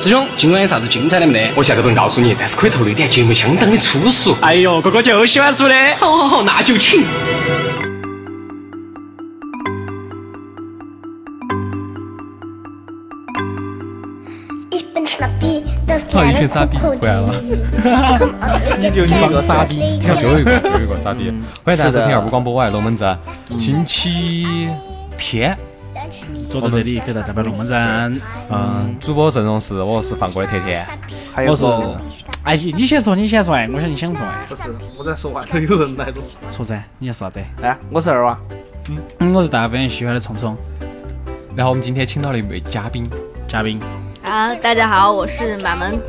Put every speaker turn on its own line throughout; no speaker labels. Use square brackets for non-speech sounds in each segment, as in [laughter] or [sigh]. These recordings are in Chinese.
师兄，今晚有啥子精彩的没得？
我现在不能告诉你，但是可以透露一点，节目相当的粗俗。
哎呦，哥哥就喜欢说的。
好好好，那就请。
操，一群傻逼回来了！
你就你
一
个傻逼，
就有一个，就有一个傻逼。欢迎大家收听
是的
二五广播，我爱龙门阵。星期天，
坐到这里给大家摆龙门阵。
嗯，主播阵容是我是放歌的甜甜，
还有
我是
个，
哎，你你先说，你先说，哎，我想你想说，哎，
不是我在说话都有人来了。
说噻，你要说啥子？
哎，我是二娃，
嗯，我是大家非常喜欢的聪聪
然后我们今天请到了一位嘉宾，
嘉宾。
啊，大家好，我是满门。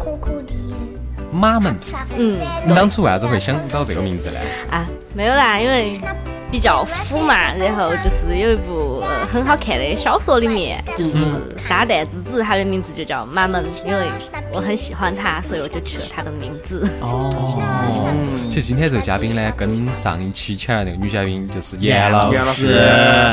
马门。
嗯
你当初为啥子会想到这个名字呢？
啊，没有啦，因为比较腐嘛，然后就是有一部、呃很好看的小说，里面就是撒旦之子，他的名字就叫满门，因为我很喜欢他，所以我就取了他的名字。
哦，其实今天这个嘉宾呢，跟上一期请来那个女嘉宾就是严老
严老
师，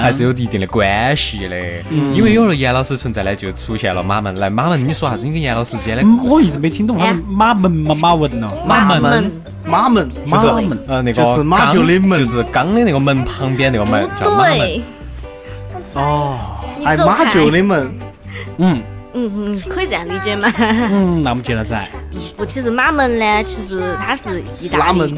还是有一定的关系的。因为有了严老师存在呢，就出现了马门。来，马门，你说啥子？你跟严老师之间的
嗯，
故
我
事？
一直没听懂，他是
哎
马门吗？马文呢？
马门，
马门，
就是
马门
呃那个
就是马
钢
厩的门
就是钢的那个门旁边那个门叫马门
对。，
哦，
你
哎，
走
马
开。
厩的门，
嗯
嗯嗯，可以这样理解吗？
嗯，那我们接着噻。
不，其实马门呢，其实它是意大
拉门
利，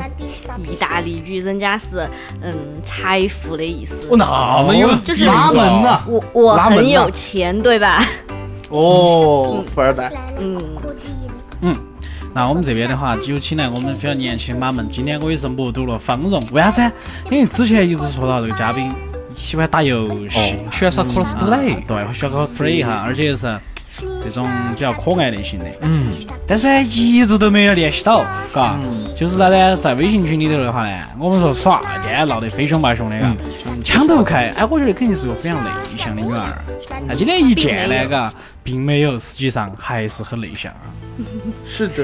意大利语，人家是嗯财富的意思。
哦，那么有
就是
名
马
字
门
啊
呐，
我我
拉门
很
呐
有钱，对吧？
哦，富二代，
嗯，
那我们这边的话，就请来我们非常年轻的马门。今天我也是目睹了芳容，为啥子？因为之前一直说到这个嘉宾喜欢打游戏，
哦，喜欢耍
啊
cosplay，
对，喜欢 cosplay 哈，而且是这种比较可爱类型的。
嗯，
但是呢，一直都没有联系到，嘎，就是啥呢？在微信群里头的话呢，我们说耍，天天闹得非凶八凶的，嘎，
嗯
抢头开。哎，我觉得肯定是个非常内向的女娃儿。那今天一见
并没
呢，
有
嘎，并没有，实际上还是很内向啊。
是的，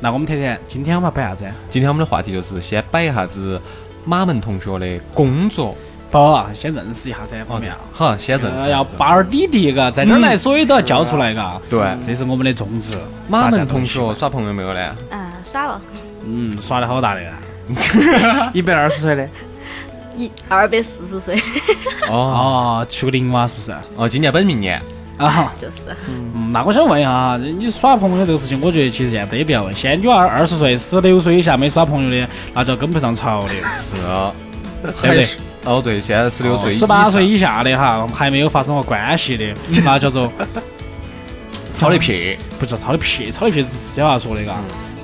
那我们甜甜，今天我们要摆啥子？
今天我们的话题就是先摆一下子马门同学的工作。
不啊，先认识一下噻，我
哦
们要。，
好，先认识
呃，要巴尔底弟，嘎，在这儿来，所有都要叫出来，嘎。
嗯对
这是我们的宗旨。
马
大家
门
都
同
喜欢
学，耍朋友没有 [laughs] 呢？
啊，耍了
嗯，耍的好大的啊。
一百二十岁的，
一二百四十岁，
哦
哦，出个零娃是不是？
哦，今年本命年，
啊，
就是
嗯，那我想问一下哈，你耍朋友这个事情，我觉得其实现在也不要问。现在女娃儿二十岁、十六岁以下没耍朋友的，那叫跟不上潮流。
是，还是哦对，现在十六岁，
十八岁，以下的哈，还没有发生过关系的，那叫做
操的屁，
不叫操的屁，操的屁是小娃说的嘎。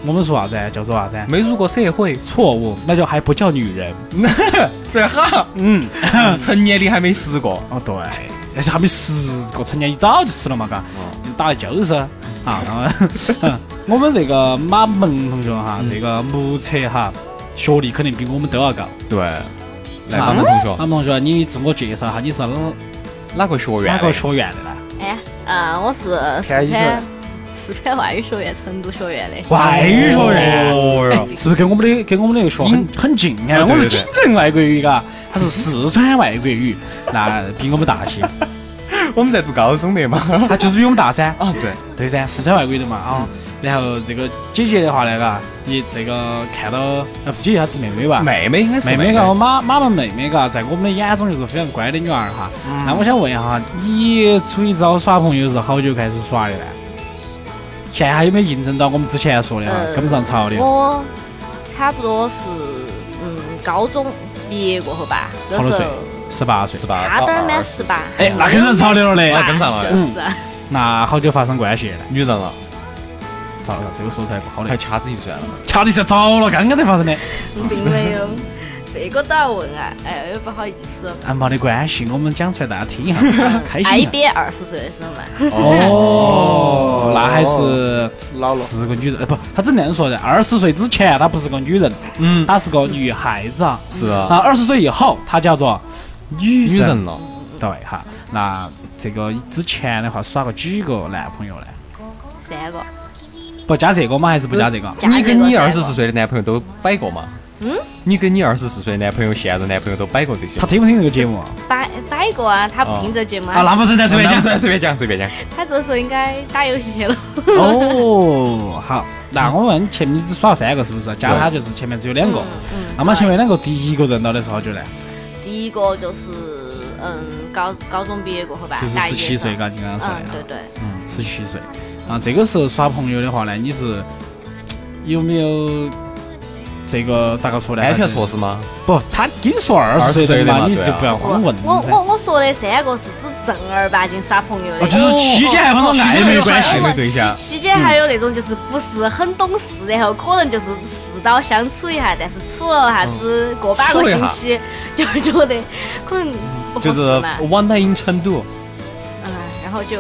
我们说啥子？叫做啥子？
没入过社会，
错误，那就还不叫女人。
是哈，
嗯，
[laughs] 成年的还没试过，
哦对，但是还没死过，成年一早就死了嘛，嘎，打的就是啊。然后 [laughs] 我们这个马萌同学哈，这个目测哈，学历肯定比我们都要高。
对，来马门同学
马，萌同学，你自我介绍一下，你是哪
哪个学院
哪
的？
个学院的呢？
哎，啊，我是
看
四
医生
川四川外语学院成都学院的。
外
哎
语学院。
哦
哎
[laughs] 哟，
是不是跟我们的跟我们的那个学很很近
啊
啊？
对
我是
对
锦
对
城外国语，嘎，他是四川外国语，那比我们大 [laughs] 些，
我们在读高中的嘛。
他就是比我们大噻。
啊，对，
对噻，四川外国人嘛啊、然后这个姐姐的话呢，嘎，你这个看到，啊不是姐姐，她是妹妹吧？
妹妹
[laughs]
应该是
妹
啊妹
妹嘎，我妈妈妈妹妹嘎，在我们的眼中就是非常乖的女儿哈。
嗯
那我想问一下，你最早耍朋友是好久开始耍的呢？现在还有没有印证到我们之前说的哈，
呃
跟不上潮流？
我差不多是嗯高中毕业过后吧，那
好多
时
岁
候
十八岁
十。八
差
到
点
二
满
十
十，八。
哎，那跟上潮流了嘞
那。跟上
[laughs]
了
嗯就是啊
那好久发生关系了呢？
女人了，
咋了？这个说出来不好
还
嘞。
掐指一算了。
掐的是早了，刚刚才发生的。
并没有。这个都要问啊，哎，又不好意思。
啊，没得关系，我们讲出来大家听一下，
[laughs]
开心啊
挨
一下。
边二十岁的时候嘛，
哦，那还是
老了
是个女人，呃不，她只能那样说的。二十岁之前她不是个女人，
嗯，
她是个女孩子啊。
是啊，
啊，二十岁以后她叫做女
女
人。
人了，
对哈，那这个之前的话耍过几个男朋友呢？
三个。
不加这个吗？还是不加这个？
加
你
这
跟
个
你
三
二
个
十四岁的男朋友都摆过吗？
嗯
你跟你二十四岁男朋友、现任男朋友都摆过这些
他？听不听这个节目啊？
摆摆过啊，他不听这节目
啊，那不存在随便讲。
随便讲，随便讲。
他这时候应该打游戏去了。
哦，好，那我问前面只耍了三个是不是？加他就是前面只有两
嗯
个。那么前面两个第一个人到的是好久呢？
第一个就是嗯，高高中毕业过后吧，
就是
大一
十
的
七岁，
时候
嘎，你刚刚说
嗯，
的
对
哈，
对，
十七岁。啊，这个时候耍朋友的话呢，你是有没有这个咋个说呢？
安全措施吗？
不，他跟你说二十岁的嘛，
20岁的嘛
你
对
就
啊
不要
我
光问。
我我我说的三个是指正儿八经耍朋友
哦，
的，
就是期间还分到暧昧关系
暧。昧对
期
象
期间还有那种就是不是很懂事，然后可能就是适当相处一下，但是处了啥子过把个星期，就觉得可能不合
就是
适嘛，
one night in 成都，
嗯，然后就。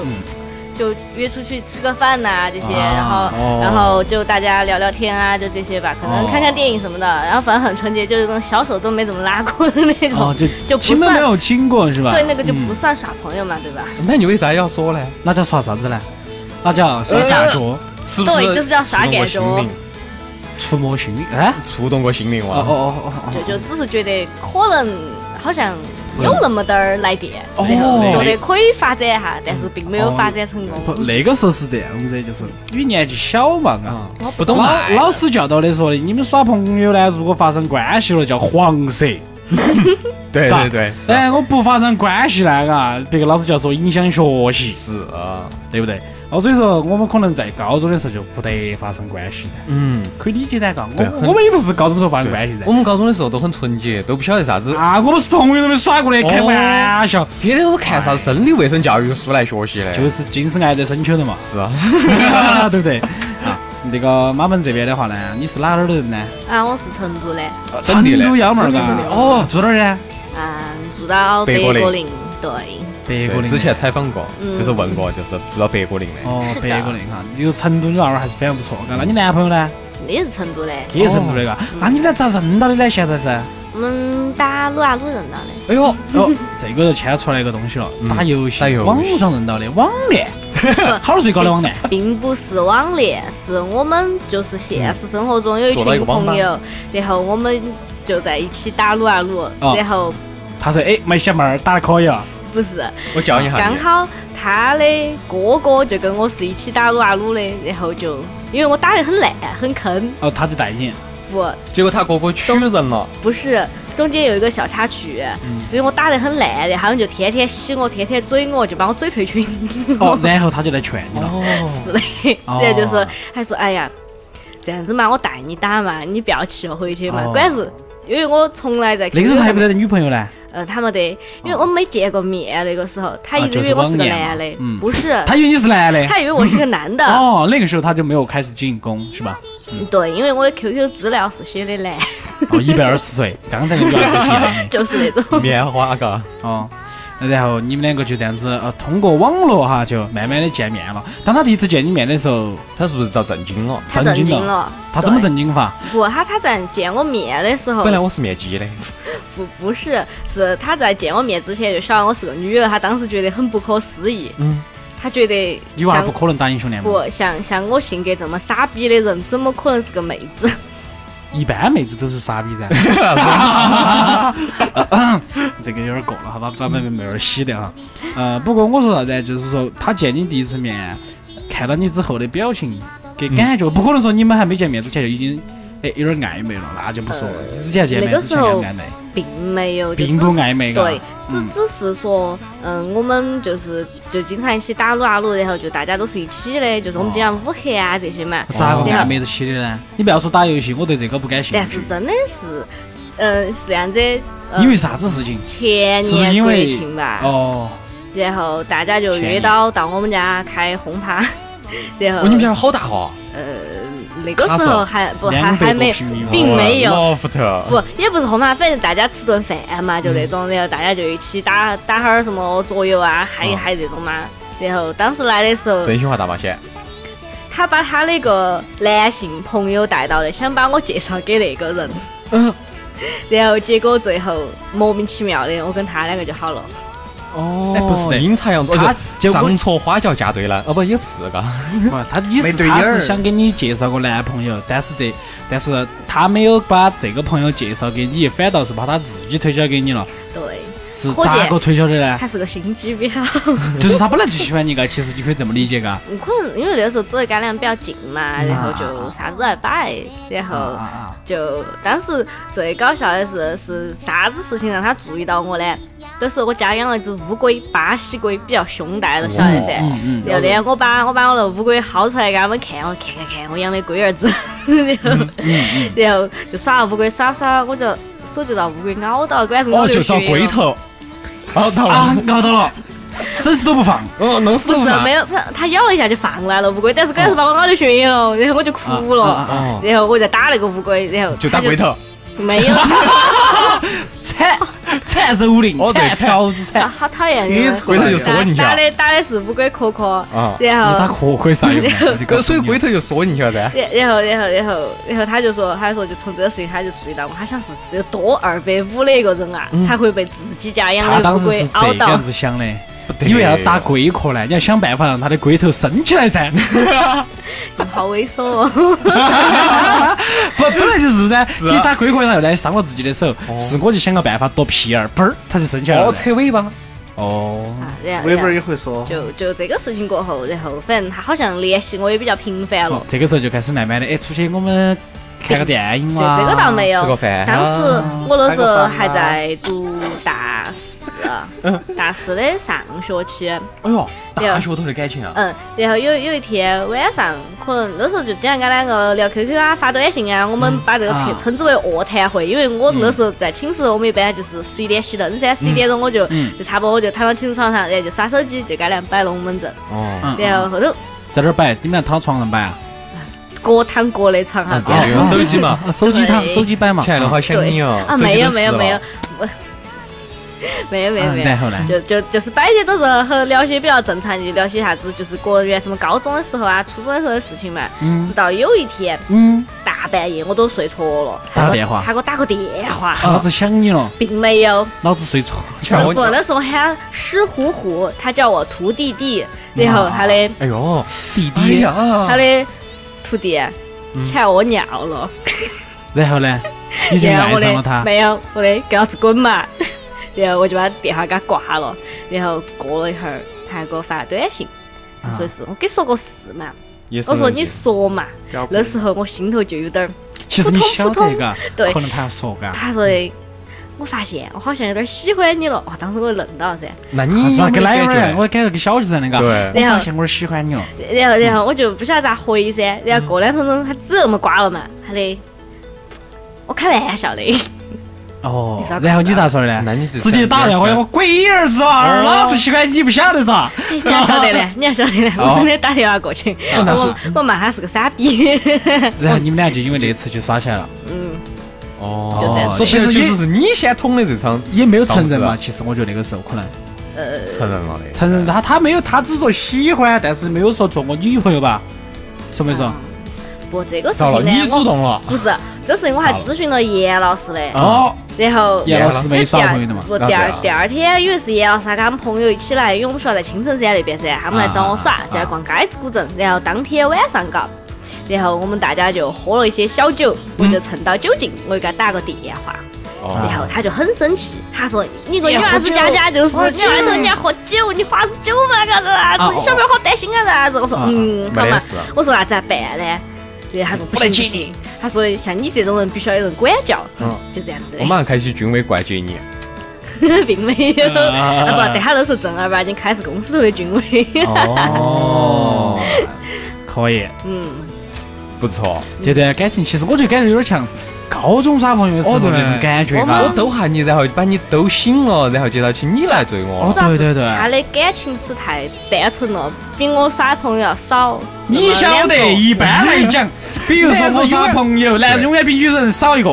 就约出去吃个饭呐、这些，
啊
然后、
哦
然后就大家聊聊天啊，就这些吧，可能
哦
看看电影什么的，然后反正很纯洁，就是那种小手都没怎么拉过的那种，
哦，就
就不
亲都没
算
有亲过是吧？
对那个就
嗯
不算耍朋友嘛，对吧？
那你为啥要说呢？
那叫耍啥子呢？那
呃
叫耍感觉，
是不
对
是
就是要撒
触动过
感觉
心灵？
触摸心灵。哎，
触动过心灵
哦
哇！
哦哦
就就只是觉得可能好像有
嗯
那么点儿来电，
哦
然后觉得可以发展一下，但是并没有发展成
哦，不
功。，
那个时候是这样子的，就是因为年纪小嘛，啊。
啊，
哦
不懂
老
爱，
老师教导的说的，你们耍朋友呢，如果发生关系了叫黄色，
对
嘎
对对，是啊
哎，我不发生关系呢，嘎，别个老师就要说影响学习，
是，啊
对不对？哦，所以说我们可能在高中的时候就不得发生关系的，
嗯，
可以理解的，嘎。
对很
我我们也不是高中时候发生关系
我
的，
们高中的时候都很纯洁，都不晓得啥子，
啊，我们是朋友都没耍过的，开玩笑，
天天都是看啥子生理卫生教育书来学习的。
就是精神癌在深秋的嘛，
是
[laughs]
啊，
对不对？啊，那个马门这边的话呢，你是哪儿的人呢？
啊，我是成都的，
成都幺妹儿嘎
真的真的。
哦，住哪儿呢？
啊，住到
北
北
国
国
岭
岭，对，
白果
对
岭。
之前采访过，
嗯
就是问过，就是住到白果岭的，
哦，
是的
白果岭哈，你有成都女娃儿还是非常不错。嘎，那你男朋友呢？
也是成都的，
也是成都的嘎。那你们俩咋认到的呢？现在是？
我们打撸啊撸认到的。
哎呦，
哦，这个就牵出来一个东西了，打游戏
打游，戏
网上认到的网恋，好多最高的网恋。
并不是网恋，是我们就是现实生活中有一
做了一个
群
网吧
朋友，然后我们就在一起打撸啊撸，
哦
然后
他说：“哎，没小妹儿打得可以啊。
不是，
我教你一下
刚
你，
好他的哥哥就跟我是一起打撸啊撸的，然后就因为我打得很烂很坑，”
哦，他就带你。
不
结果他哥哥娶人了，
不是中间有一个小插曲，就是因为我打得很烂，然后他们就天天洗我，天天追我，就把我追退群，
哦，然后他就来劝你
哦
了。
是的，
哦
然后就说还说哎呀这样子嘛，我带你打嘛，你不要气了回去嘛，
哦
关键是。因为我从来在
那个时候
QQ
他还
上
不
面
得女朋友呢，
呃，他没得，因为我没见过面。那个时候，他
啊
一直
就
以
是
为我是
网
个
恋嘛
男的，
嗯
不是，
[laughs] 他以为你是男的。
他以为我是个男
[laughs]
的。
哦，那个时候他就没有开始进攻，是吧？
对，因为我的 QQ 资料是写的男，
哦，一百二十岁，刚才那个表示的。
[laughs] 就是那种。 [laughs]
棉花嘎， [laughs]
哦，然后你们两个就这样子，呃，通过网络哈，就慢慢的见面了。当他第一次见你面的时候，
他是不是遭震惊了？
他
震惊
震惊
了
了，
他怎么
对？
正经法？
不，他他在见我面的时候
本，来我是面基的，
不不是，是他在见我面之前就晓得我是个女的，他当时觉得很不可思议。
嗯，
他觉得
女娃儿
像
不可能打英雄联盟，
不像像我性格这么傻逼的人，怎么可能是个妹子？ [laughs]
一般妹子都是傻逼噻。嗯 [laughs] 这个有点过了，好吧，把把妹儿洗掉哈。呃，不过我说啥子，就是说他见你第一次面，看到你之后的表情给感觉，不可能说你们还没见面之前就已经。哎，有点暧昧了，那就不说了。之前见
呃
面
那个
之
时
前
候
就暧昧，
并没有，就
并
只
不暧昧，嘎
对，只
嗯
只是说，嗯，我们就是就经常一起打撸啊撸，然后就大家都是一起的，就是我们经常五黑啊这些嘛。
咋个
然后
暧昧得起的呢？你不要说打游戏，我对这个不感兴
但是
趣。
真的是，嗯，是这样子。呃
因为啥子事情？
前
是不是
年
因
国
为
庆吧，
哦，
然后大家就约到到我们家开轰趴，然
我
后
你们家好大哈，
那个时候还不还
两百
还
多
没
平米嘛，
并没有
哦老福特，
不也不是轰趴，反正大家吃顿饭嘛，就那
嗯
种，然后大家就一起打打哈儿什么桌游啊，嗨
嗯
一嗨这种嘛。然后当时来的时候，
真心话大冒险，
他把他那个男性朋友带到的，想把我介绍给那个人，
嗯
[laughs] 然后结果最后莫名其妙的，我跟他两个就好了。
哦
哎不是的
阴差阳错，
他
哦
结
就
果
上错花轿嫁对郎，哦不也不是嘎，
不，他你是
没对
他
眼儿
是想给你介绍个男朋友，但是这但是他没有把这个朋友介绍给你，反倒是把他自己推销给你了，
对，
是
伙计
咋个推销的
[laughs]
呢？
他是个心机婊。
就是他本来就喜欢你嘎，其实你可以这么理解嘎。
嗯可能因为那个时候走得干粮比较近嘛，
嗯
然后就啥子都来摆，然
啊
后
啊啊！
就当时最搞笑的是是啥子事情让他注意到我呢？那时候我家养了一只乌龟，巴西龟比较凶，大家都晓得噻。
嗯嗯
然后呢，我把我把我那乌龟薅出来给他们看，我看看看，我养的龟儿子，
嗯
然后 [laughs] 然后就耍乌龟耍耍，我就手就遭乌龟咬到，管是我
哦
流
就
血
找龟
了。
头，哦到
啊
了，，
熬到了，整死都不放。
哦弄死
不
都
是
怕
没有，它它咬了一下就放过来了乌龟，但是管是把我咬流血了，然后我就哭了，
啊啊啊
哦，
然后我就打那个乌龟，然后
就打
它
龟头，
没有，
惨惨蹂躏，
哦对
惨嫖子
啊
惨。
好讨
[laughs]
厌
踢
人啊。
出
龟头
来
就
了。
缩进去
打
了
打，的打的是乌龟壳壳
啊，
然
你打
后
壳壳有啥用呢？我就告
呃
诉
所以
你
[laughs] 龟头就缩进去了噻。
然然后然后然后然后他就说，他说就从这个事情他就注意到我，他想是是有多二百五的一个人啊，才会被自己
嗯
家
他
养的
当
乌
时
龟
是
咬
这个
到
样。子想的，
得
因为要打龟壳呢，你要想办法让他的龟头升起来噻。
好猥
[laughs]
琐哦！
不，本来就是噻，
啊
你打龟壳然后呢伤了自己的手，是我就想个办法躲屁眼儿，嘣儿它就升起来
哦，
了。
扯尾巴，
哦，
啊然后
微博
然
也
后
会说，
就就这个事情过后，然后反正他好像联系我也比较频繁了。
这个时候就开始慢慢的，哎，出去我们看个电影
这
啊。
这个倒没
吃个
有，
饭
当时我那时候还
开个饭啊
在读大
[laughs]
四，啊大四的上学期。
哎呦，
对
大学头的感情啊，
嗯，然后有有一天晚上，可能那时候就经常跟两个聊 QQ 啊、发短信啊，我们把这个
啊
称称之为卧谈会，因为我那时候在寝室，我们一般就是十一点熄灯噻，十一点钟我就
嗯
就差不多我就躺到寝室床上，然后就耍手机，就跟俩摆龙门阵，
哦，
嗯，
然后后头
在哪儿摆？你们俩躺床上摆啊？
各躺各的床哈
啊。对，用手机嘛，
啊手机躺，
对
手机摆嘛。
起来了好想你
对
哦，
啊，
手机
没有
都
没有
湿了
没有，， [laughs] 我没有没有
嗯
没有
然。后呢？
就就就是摆些都是很聊些比较正常，就聊些啥子，就是个人什么高中的时候啊、初中的时候的事情嘛。
嗯
直到有一天，
嗯，
大半夜我都睡着了，
打
他
电话
他给我打个电话，
啊
啊
老子想你了，
并没有。
老子睡着。
像
不，
我，
那时候喊湿糊糊，他叫我徒弟弟，然后
哇
他的
哎呦，
弟
哎
弟，
他
呀，
的徒弟抢我尿了，
然后呢？嗯你就
然后
爱
我
上了他
的。没有，我的给老子滚嘛！ [laughs] 然后我就把电话给他挂了，然后过了一会儿，他还给我发短信，
啊
说是我跟你说个事嘛，
也是
我说
问题
你说嘛，
要不
那时候我心头就有点儿。
其实你晓得嘎
扑通扑通，对
可能他要说嘎，
他说的，我发现我好像有点喜欢你了。哇，当时我就愣到噻，
那你
他
有
是吧？
没
跟
有
哪
感
样
觉
人？？我感觉跟小学生那个。
对，
我
然后
发现我喜欢你了，
然后然后我就不晓得咋回噻。然后
嗯
过两分钟，他只那么挂了嘛。他的，我开玩笑的， [laughs]
哦
你咋，
然后你咋说的
那
呢？
你就
直接打电话，我龟儿子啊，
哦
老子喜欢你不晓得噻。 [laughs]
你要晓
[laughs]
得嘞，你要晓得嘞，
哦
我真的打电话过去，
那是
我我骂他是个傻逼。 [laughs]
然后你们俩就因为那次就耍起来了，
哦，
就这样
所以其实
其
其
实
实是你先捅的这场，
也没有承认
当
嘛。
时
其实我觉得那个时候可能
承认了的，
啊承认他，他没有，他只是说喜欢，但是没有说做我女朋友吧？说没说？
不，这个事
糟了，
情呢
你，主
我
动了，
不是，这事情我还咨询了严老师的，
哦，
然后。
严老师
这
没
第
耍
二
朋友的嘛？
不，
那
第
对
二
啊
第二天，因为是严老师他跟他们朋友一起来，因为我们学校在青城山那边噻，他们来找我
啊
耍，就在逛街子古镇。然后当天晚上嘎，然后我们大家就喝了一些小酒，我就蹭到酒劲，我就给他打个电话，
啊
哦，
然后他就很生气，他说：“你个女娃子家家就是你外头人家喝酒，你花子酒嘛嘎子啥
啊
子，你小朋友好担心啊啥子。”我说
啊：“
嗯，好
没
嘛
得事。”
我说：“那咋办呢？”对，他说：“不行不行。”他说：“像你这种人必须要有人管教。”
嗯
就这样子的。
我马上开始军委怪罪你，
[laughs] 并没有，啊
啊
不，但他都是正儿八经开始公司头的军委。 [laughs]
哦，可以。
嗯，
不错，
这段感情其实我觉得感觉有点像高中耍朋友时候
哦对
那种感觉
我
嘎
们
我。兜下你，然后把你兜醒了，然后接到起你来追我
哦
了。
主要是
对对对
他的感情史太单纯了，比我耍的朋友要少。
你晓
那么
得，
两个
一 [laughs] 般来讲，比如说我耍朋友，男人永远比女人少一个。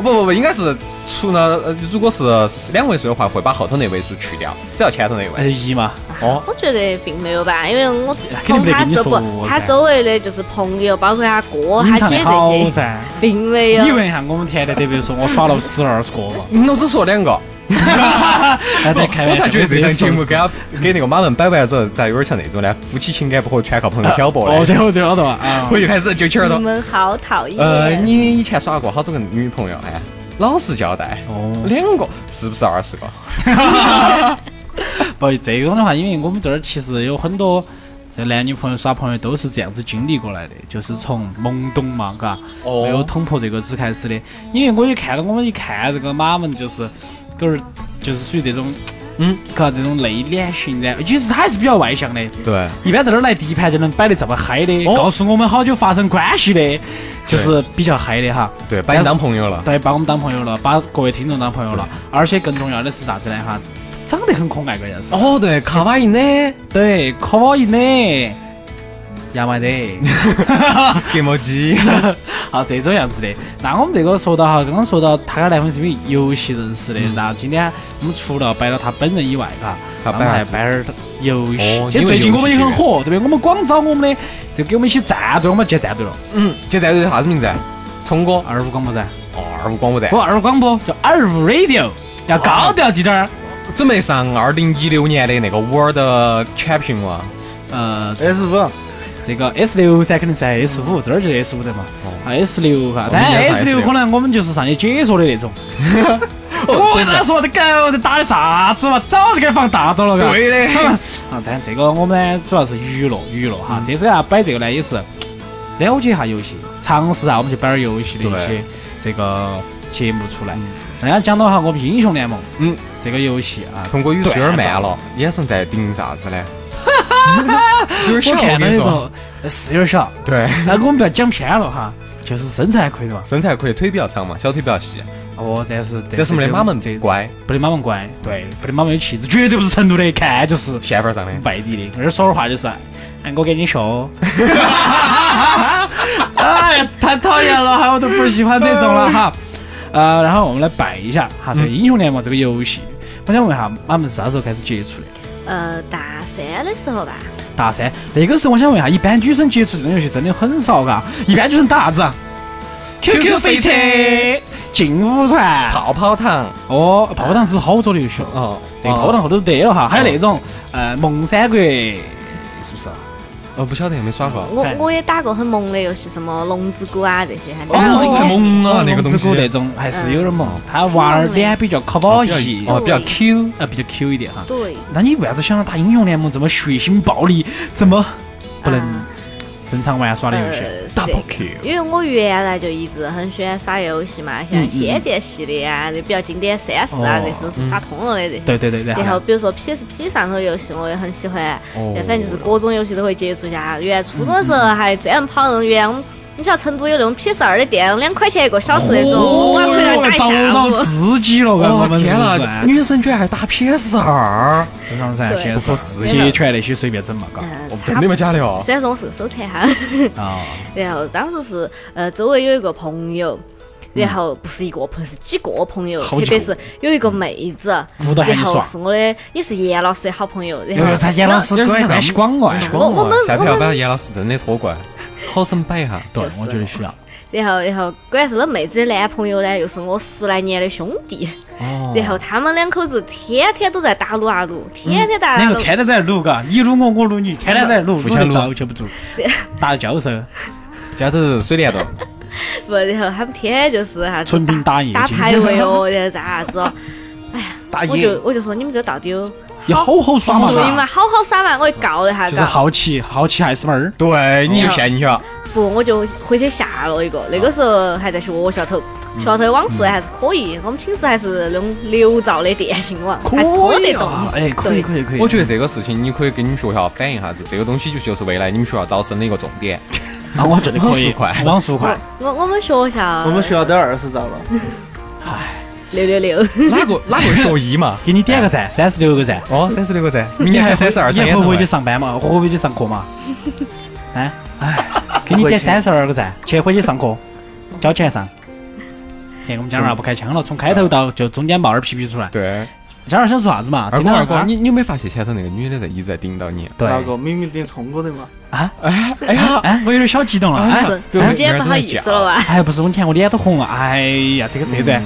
不不不，应该是除了呃如果是是两位数的话，会把后头那位数去掉，只要前头那一
还
位。
是一嘛？
哦，
我觉得并没有吧，因为我
哎肯定
从
没得
他
跟你
周
说
不，他
噻
周围的就是朋友，包括他哥、
你
他
唱
姐
的
这
好
些，哦
噻。
并没有
你。问一下我们甜甜得不得说，我耍了十二十个
[laughs]
了。
嗯我只说了两个，
他在开
我
玩笑，
才觉得这档节目
我
给他给那个马文摆完之后，才有点像那种呢，夫妻情感不和，全靠朋友挑拨
哦，
的。
对哦对哦对哦啊！
我一开始就起耳
你
朵。
们好讨厌。
呃，你以前耍过好多个女朋友哎？老实交代，
哦，
两个是不是二十个？
不，这种的话，因为我们这儿其实有很多这男女朋友耍朋友都是这样子经历过来的，就是从懵懂嘛，嘎，
哦
没有捅破这个纸开始的。因为我一看到我们一看这个马文就是狗儿，就是属于这种，
嗯，
嘎这种内敛型的，其实他还是比较外向的。
对，
一般在这儿来第一盘就能摆得这么嗨的，
哦
告诉我们好久发生关系的，就是比较嗨的哈。
对，把你当朋友了。
对，把我们当朋友了，把各位听众当朋友
嗯
了，而且更重要的是啥子呢？哈，长得很可爱，关键是。
哦，对，卡哇伊呢，
对，可以呢，亚麻
[laughs]
得，
芥末鸡。
好这种样子的。那我们这个说到哈，刚刚说到他跟男朋友是因为游戏认识的，那今天我们除了摆了他本人以外，哈，
嗯他
我
摆
们还
啥子
摆点儿游戏
哦。
其实
因
最
为
近
游
我们也
戏
很
这
火，对不对？我们广招我们的就给我们一起战队，我们要建战队了，
嗯，这战队叫啥子名字啊？聪哥，
二五广播站。
哦，二五广播站
不，，二五广播叫二五 radio，要高
哦
调滴点儿。
准备上二零一六年的那个 World Champion 了。
呃，
S 五，
这个 S 六噻，肯定是 S 五，这儿就是 S 五的嘛。啊，S 六哈，
哦我
但
们也是
S 六
S6
可能我们就是上去解说的那
[laughs]
种。我
哦所以
跟他
是
说这狗这打的啥子嘛，早就该放大招了。嘎
对的，
[laughs] 啊，但这个我们呢主要是娱乐娱乐
嗯
哈，这次要摆这个呢也是了解一下游戏，尝试下我们去摆点游戏的一些
对
这个节目出来。大家讲到哈，我们英雄联盟，
嗯，
这个游戏啊，
聪哥语速有点
断掌
慢了，眼神在盯啥子呢？有点小，
我看到
啊跟
有
你说。
个呃是有点小，
对，
那我们不要讲偏了哈，就是身材还可以的嘛。
身材可以，腿比较长嘛，小腿比较细，
哦，但是
但是没得马门
这
乖，
不得马门乖，对，不得马门有气质，绝对不是成都的，一看就是
线份上的。
外地的。那儿说的话就是，哎，我给你秀。 [laughs] 哎呀，太讨厌了哈，我都不喜欢这种了哈。呃，然后我们来摆一下哈，这个英雄联盟这个游戏，我想问一下，马门是啥时候开始接触的？
呃，大三的时候吧，
大三那个时候，我想问一下，一般女生接触这种游戏真的很少嘎？一般女生打啥子啊
QQ
飞车、劲舞团，
泡泡糖
哦，泡泡糖是好多的游戏哦，
哦，
这个泡泡糖后头得了哈，还有那种呃梦三国，是不是啊？
哦，不晓得有没有耍过。
我
对
我也打过很萌的游戏，什么龙之谷啊这些，还打
哦，
过
这个太萌了，那个东
龙之谷那
西。
种还
嗯
是有点萌，他娃儿脸比较可爱一些，
哦，比较
对
Q。
啊比较 Q 一点哈。
对，
那你为啥子想要打英雄联盟这么血腥暴力、这么不能
啊
正常玩耍的游戏？
呃，是
Double Q。
因为我原来就一直很喜欢耍游戏嘛，像《仙剑》系列啊，就比较经典三四啊，
哦
那些都是耍通了的这些。
对对对对，
然后比如说 PSP 上头游戏我也很喜欢，
哦
反正就是各种游戏都会接触一下。原来初中的时候还专门跑那种原，你晓得成都有那种 PS 二的店，两块钱一个小时那种，
哦
我还可以在那打一
找
下
到
[laughs] 午。
自己了，我
哦
们是
天
不是
呐，
啊？
女生居然还打 PS 二，
正常噻，
对
现在
不合适
铁拳那些随便整嘛，嘎。
嗯
哦，真
差
的吗？
不多。
假的哦？
虽然说我是个手残哈，
啊，
然后当时是呃周围有一个朋友。然后不是一个朋友，是几个朋友，
嗯好嗯
特
几个
别是有一个妹子，
屋头喊
然
你
后
耍，哎
是我的，也是严老师的好朋友。然
哟，
后
咱严老师
那
关关系广
啊
外，
我我们
下
我
回
们
要把严老师真的拖过来，好生摆一下。
对
就，是
我觉得啊需要。
然后，然后，关键是那妹子的男朋友呢，又是我十来年的兄弟。
哦
然后他们两口子天天都在打撸啊撸，天天打
两嗯个
撸啊撸。
天天在撸，嘎，你撸我，我撸你，天天在撸，撸
互相啊
得着
撸
就不住， [laughs] 打教授，
家头是水帘洞，
不，然后他们天天就是啥子
纯兵打野
打
机
排位哦， [laughs] 然后咋啥子哦。
啊
打
我
野
就，我就说你们这到底有
[laughs] 也好好耍嘛，
对你们
嘎
哦好好耍嘛？我就告了一下，
就是
嘎。
好奇，好奇害死猫儿。
对，你就陷进去了。
不，我就回去下了一个。那
啊
个时候还在学校头，
嗯
学校头的网速还是可以，我们寝室还是那种六兆的电信网，还是拖得动
啊，。哎，可以
对
可以可以。
我觉得这个事情你可以跟你们学校反映一下子，这个东西就就是未来你们学校招生的一个重 [laughs] 点。
啊，我觉得可以
网速，快
网速快
我。嗯我我们学校，
我们学校都二十兆了，
六六六。
哪个哪个学医 [laughs] 嘛？
给你点个赞，三十六个赞。
哦，三十六个 [laughs] 赞，明年还三十二
你
场
还
演
回
唱
不回去
会。
上班嘛？回不回去上课 [laughs] 嘛？哎，哎，给你点
回去
三十二个赞，去回去上课，交钱上。看哎我们江二不开枪了，从开头到就中间冒点皮皮出来。
对， [laughs]
江二想说啥子嘛？
二
真
哥
的
二哥，你你有没有发现前头那个女的在一直在盯到你？
对
那个明明顶冲过的嘛，
哎 [laughs] 哎呀，
哎，我有点小激动了。
[laughs]
哎，
瞬
对
瞬间
每个人
不
都
好
在
意
讲
思了哇！
哎，不是，我你看我脸都红了。哎呀，这个这段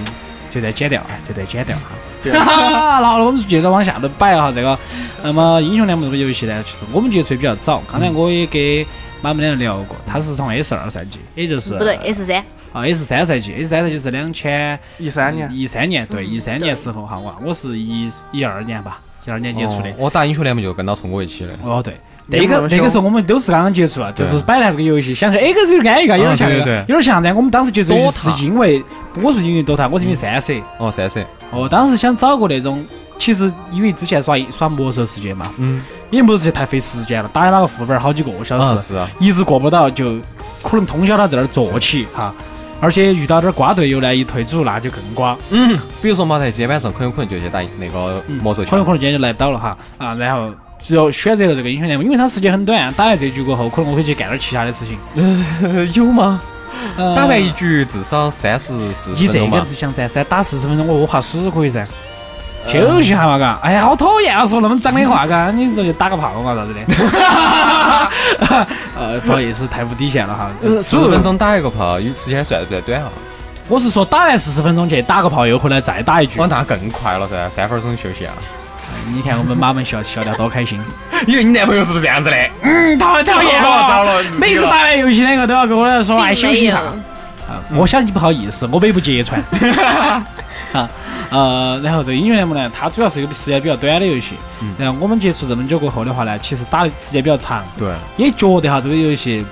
这段剪掉，哎，这段剪掉哈。
对
[laughs] 哈哈，然后呢，我们就接着往下头摆哈这个。那么英雄联盟这个游戏呢，其实我们接触也比较早。刚才我也给马们两个聊过，他是从 S 二赛季，也就是
不对，S 三，
啊 S 三赛季，S 三赛季是两千
一三年
一三年对
嗯
一三年时候哈，我我是一一二年吧，一二年接触的
哦。我打英雄联盟就跟他冲过一起的。
哦，对，
你
那
们
个
那么
那个
凶
时候我们都是刚刚接触啊，就
对啊
是摆烂这个游戏，想起来哎，这个是安逸个，有点像那
对对
个
对
有点像噻。我们当时接触游戏
Dota
是因为我是因为 DOTA，我是因为三 C。
哦，三色，
哦，当时想找个那种，其实因为之前耍耍魔兽世界嘛，
嗯，
因为魔兽世界太费时间了，打那个副本好几个小
啊
时，
是啊，
一直过不到，就可能通宵到在那儿坐起哈。而且遇到点儿瓜队友呢，一退组那就更瓜，
嗯，比如说嘛，在今天晚上很有可能就去打那个魔兽
可能
圈
可，能今天就来不到了哈啊。然后只要选择了这个英雄联盟，因为它时间很短，打完这局过后，可能我可以去干点儿其他的事情。
[laughs] 有吗？
呃
打完一局至少三十四
以
十分
这
钟
个
嘛
志。向噻，三打四十分钟，我我怕死可以噻。
呃
休息下嘛，嘎！哎呀，好讨厌啊！说那么脏的话，嘎！你说就打个炮嘛，啥子的？ [laughs] 呃，不好意思，太无底线了哈。
四十分钟打一个炮，有时间算不算短啊？
我是说打完四十分钟去打个炮，又回来再打一局
哦，。那更快了噻，三分钟休息啊。
你看我们马们笑笑得多开心。
因为你男朋友是不是这样子的？
嗯，讨讨厌
哦糟了
每次打完游戏那个都要跟我来说，哎，
并
休
没
息一
有
下。啊我想你不好意思，我美不揭穿。 [laughs] 啊，呃，然后这个英雄联盟呢，它主要是一个时间比较短的游戏。
嗯
然后我们接触这么久过后的话呢，其实打的时间比较长，
对
也觉得哈这个游戏，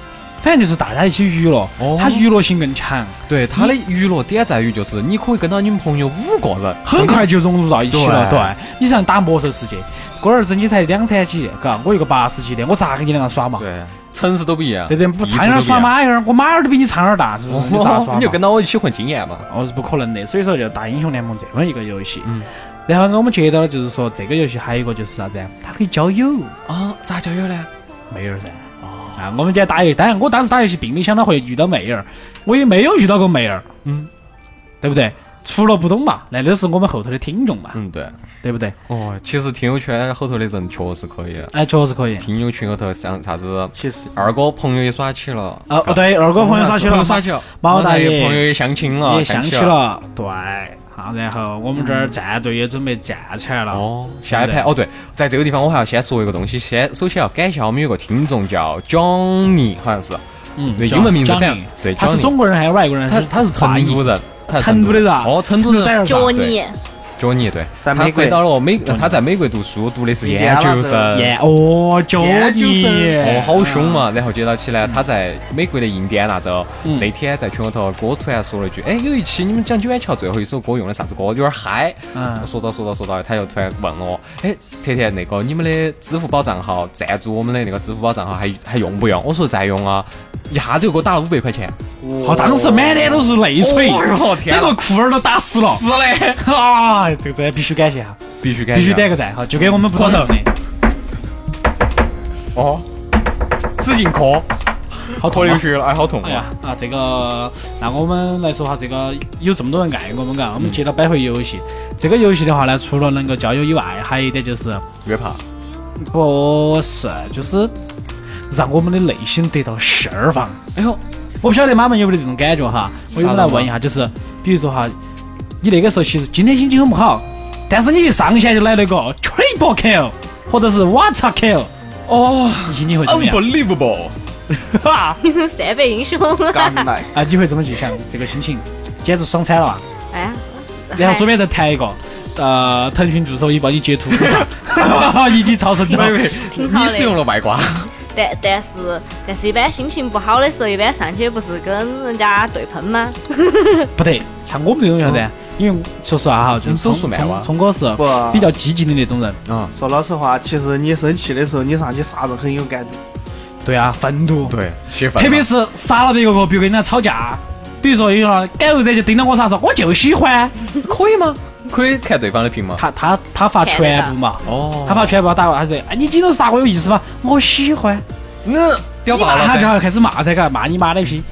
反正就是大家一起娱乐，
哦
它娱乐性更强，
对，他的娱乐点在于就是你可以跟到你们朋友五个人，
很快就融入到一起了。
对
对，你像打魔兽世界，龟儿子你才两三级，嘎，我一个八十级的，我咋跟你两个耍嘛？
对，城市都不一样，
对不对？不苍蝇耍
吗？
马哎儿，我马儿都比你苍蝇大，是不是？你咋耍嘛？
你就跟到我一起混经验嘛。
哦，是不可能的。所以说，就打英雄联盟这么一个游戏。
嗯
然后呢，我们觉得就是说，这个游戏还有一个就是啥子啊？它可以交友，
啊，咋交友呢？
妹儿噻。
哦
啊，我们今天打游戏，当然我当时打游戏并没想到会遇到妹儿，我也没有遇到过妹儿，
嗯，
对不对？除了不懂嘛，那都是我们后头的听众嘛，
嗯，对。
对不对？
哦，其实听友圈后头的人确实可以，啊
哎，确实可以。
听友群后头像啥子
其实
二哥朋友也耍起了，
哦哦，对，二哥朋友耍起
啊朋
了
友，耍起了，
毛
毛
大
大
爷
爷朋友也相亲了，
也相
起
起。了，对。好，然后我们这儿战队也准备站起来了。
哦，下一
啊对不
盘
对
哦，对，在这个地方我还要先说一个东西，先首先要感谢我们有个听众叫 Johnny，好像是，
嗯，
对
叫
英文名字
Johnny
非常对
他是
Johnny
中国人还是外国人？
他他是
华
成
裔
都人，他是
成都的人啊
哦，成都
成都崽
人
儿
脚
对
你
Johnny 对，
在
他
美国
回到了美，他在美国读书，读的是研究生。
耶哦，脚
研究
你
生
哦，好凶嘛！然后接到起来，他在美国的印第安纳州
嗯
那天在群里头，哥突然说了一句：“哎，有一期你们讲九眼桥最后一首歌用的啥子歌？有点嗨。”
嗯
我说到说到说到，他又突然问我：“哎，甜甜，那个你们的支付宝账号赞助我们的那个支付宝账号还还用不用？”我说：“在用啊！”一下子就给我打了五百块钱。
哦，当时满脸都是泪水
哦哟，天
整
哪
个裤儿都打湿了。
嘞，
啊，这个真的必须感谢哈，
必须感谢
必须点个赞哈，就给我们不懂的
光，哦，使劲磕，
好
磕
痛啊
流！血了，哎，好痛
哎
啊！
呀啊，这个，那我们来说哈，这个有这么多人爱我们嘎，我们接着摆回游戏。这个游戏的话呢，除了能够交友以外，还有一点就是，
约炮，
不是，就是让我们的内心得到释放。
哎呦，
我不晓得马们有没得这种感觉哈，我们来问一下，就是比如说哈，你那个时候其实今天心情很不好，但是你一上线就来了个 triple kill，或者是 w a t e r kill，
哦
你心情会怎么样？
，unbelievable！
啊，
[laughs] 三倍英雄，
敢来，
你会怎么去想这个心情？简直爽惨了啊！
哎呀，
然后左边再弹一个，呃，腾讯助手已帮你截图 [laughs] 上，已经超
[laughs]
神了。
挺好
你
的
使用了外挂，
但但是但是一般心情不好的时候，一般上去不是跟人家对喷吗？
不得，像我们这种晓得，因为嗯说实话哈，就是
你手
聪
速慢哇
聪聪哥是
不
比较积极的那种人。
啊，
说老实话，其实你生气的时候，你上去杀人很有感觉。
对啊，愤怒。
对，啊气氛，
特别是杀了别个个，比如跟人家吵架，比如说有啥敢有者就盯到我啥子，我就喜 [laughs] 欢
可以吗？可以看对方的屏吗？
他他他发全部嘛，
哦
他发全部打过来，他说哎你今天杀我有意思吗？我喜欢，
那屌爆了
他就 [laughs]
噻！
要开始骂噻，嘎骂你妈的批，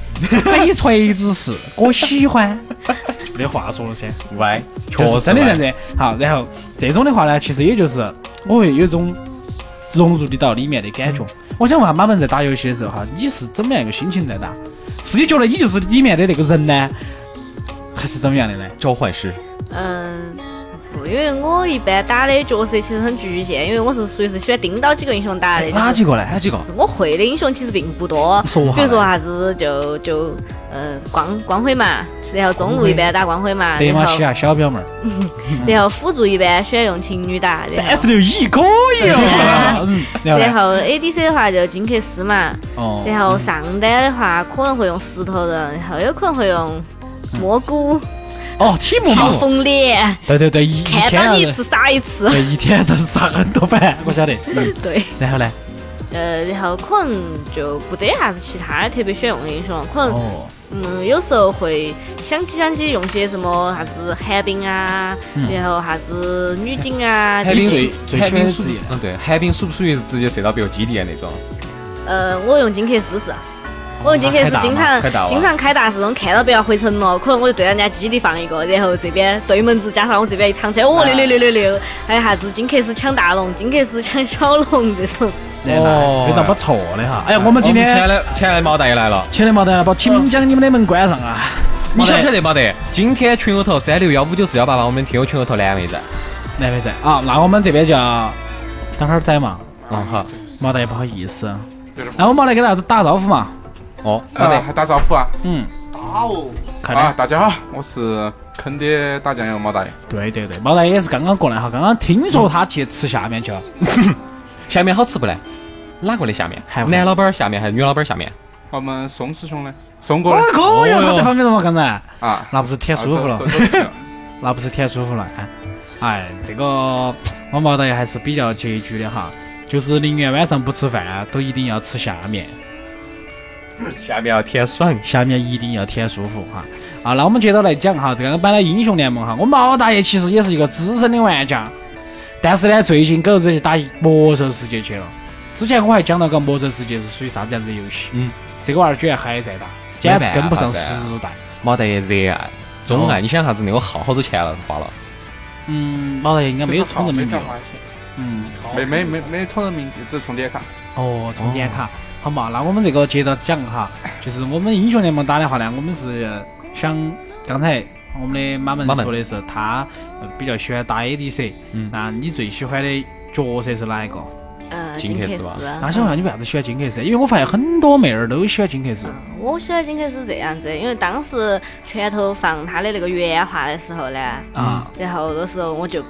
哎你锤子是，我喜欢， [laughs] 没得话说了噻。
歪，确
就是
实
真的认
歪。
真。好，然后这种的话呢，其实也就是我会有一种融入得到里面的感
嗯
觉。我想问下马文在打游戏的时候哈，你是怎么样一个心情在打？是你觉得你就是里面的那个人呢，还是怎么样的呢？
召唤师，
嗯，不，因为我一般打的角色其实很局限，因为我是属于是喜欢盯到几个英雄打的。
哪
哎就是
几个呢？
哪几个？
我会的英雄其实并不多，
说嘛
比如说啥子就就呃光光辉嘛，然后中路一般打光辉嘛，
德
然
玛
后
西亚啊小表妹儿，
然后辅助一般喜欢用情侣打，然
三
后
十六亿可以哦。嗯，然后呢？
然后 ADC 的话就金克斯嘛，
哦，
然后上单的话可能会用石头人，然后有可能会用蘑菇、
哦，题目
暴
嘛，
风脸，
对对对，一一
看
天
到你一
要
次杀一次。
啊对一天要杀很多
[laughs]
盘，我晓得。嗯，
对，
然后呢？
呃，然后可能就不得啥子其他的特别喜欢用的英雄，可能
哦，
嗯，有时候会想起想起用些什么啥子寒冰啊，然后啥子女警啊，
海
你
滨
最
属
最
海
喜欢
滨
职
属
业
嗯对，海滨属不属于是直接射到别个基地的那
哦
种？
呃，我用金克斯是。我用金克斯经常
开大嘛
经常开大是那种看到不要回城了，可能我就对人家基地放一个，然后这边对门子加上我这边一藏起来，哦六六六六六，还有啥子金克斯抢大龙，金克斯抢小龙这种，
哎
哦，非常不错的哈。
嗯
哎呀，我们今
前
天
哦来前来毛蛋也来了。
亲爱的毛蛋，把请将你们的门关上啊！
你晓
想
不晓得没得？今天群友头三六幺五九四幺八八，我们听友群友头男妹子。
来没事啊？那我们这边就要等会儿宰嘛，
嗯好，
毛蛋也不好意思。那我们来给大家打招呼嘛，
哦，好
啊，
的，
还打招呼啊！
嗯，打哦，快
啊，
点，
大家好，我是坑爹打酱油毛大爷。
对对对，毛蛋也是刚刚过来哈，刚刚听说他去吃下面去了，
嗯
下面好吃不嘞？哪个的下面
还？有
男老板儿下面还是女老板儿下面？
我们宋师兄呢？宋哥
哇
呢？
可以啊，
哦哟
他在旁边了嘛，刚才
啊，
那不是舔
啊
舒服了
走，走走走
那不是舔舒服了，哎，哎，这个我毛蛋也还是比较拮据的哈，就是宁愿晚上不吃饭，都一定要吃下面。
下面要舔爽。
下面一定要舔舒服哈。啊，那我们接着来讲哈，这个本来英雄联盟哈，我毛大爷其实也是一个资深的玩家，但是呢，最近狗日去打魔兽世界去了。之前我还讲到个魔兽世界是属于啥子样子的游戏，
嗯，
这个娃儿居然还在打，简直跟不上时代。
毛蛋也热爱、钟爱，你想啥子那个号好多钱了花了？
嗯，毛大爷应该没有充人
没
民币
咋
了，
花钱，
嗯，
没没没没充人民币，只充点卡。
哦，充点卡，好嘛，那我们这个接着讲
[laughs]
哈，就是我们英雄联盟打的话呢，我们是想刚才我们的马门
马门
说的是他呃比较喜欢打 ADC，
嗯
那你最喜欢的角色是哪一个？
呃，
金
金
克
克
斯
斯
吧。
那想问下你为啥子喜欢金克斯？因为我发现很多妹儿都喜欢金克斯
嗯，我喜欢金克斯这样子，因为当时拳头放他的那个原画的时候呢，
嗯
啊，
然后那时候我就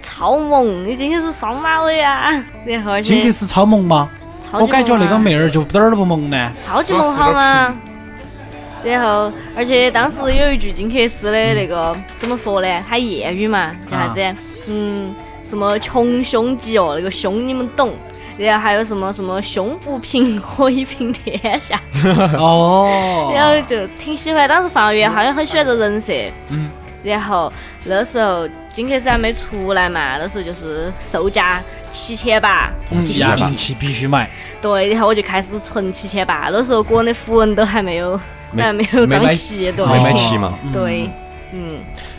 超萌，你今天是双马尾啊，然后而
金克
且
斯超萌吗？
超级
我感觉那个
萌啊
妹儿就点儿都不萌
[laughs]
呢。
超级萌好吗？然后，而且当时有一句金克斯的那个怎么说呢？他谚语嘛，叫啥
啊
子？嗯，什么穷凶极恶，那个凶你们懂。然后还有什么什么胸不平，火一平天下。
哦，
然后就挺喜欢，当时放月好像很喜欢这人设。嗯。然后那时候金克斯还没出来嘛，那时候就是售价七千八，
嗯，
金
压
币
兵器必须买。
对，然后我就开始存七千八，那时候个人的符文都还没有，
没
都还没有
没
涨
买
齐，对
没买齐嘛
嗯
对，嗯，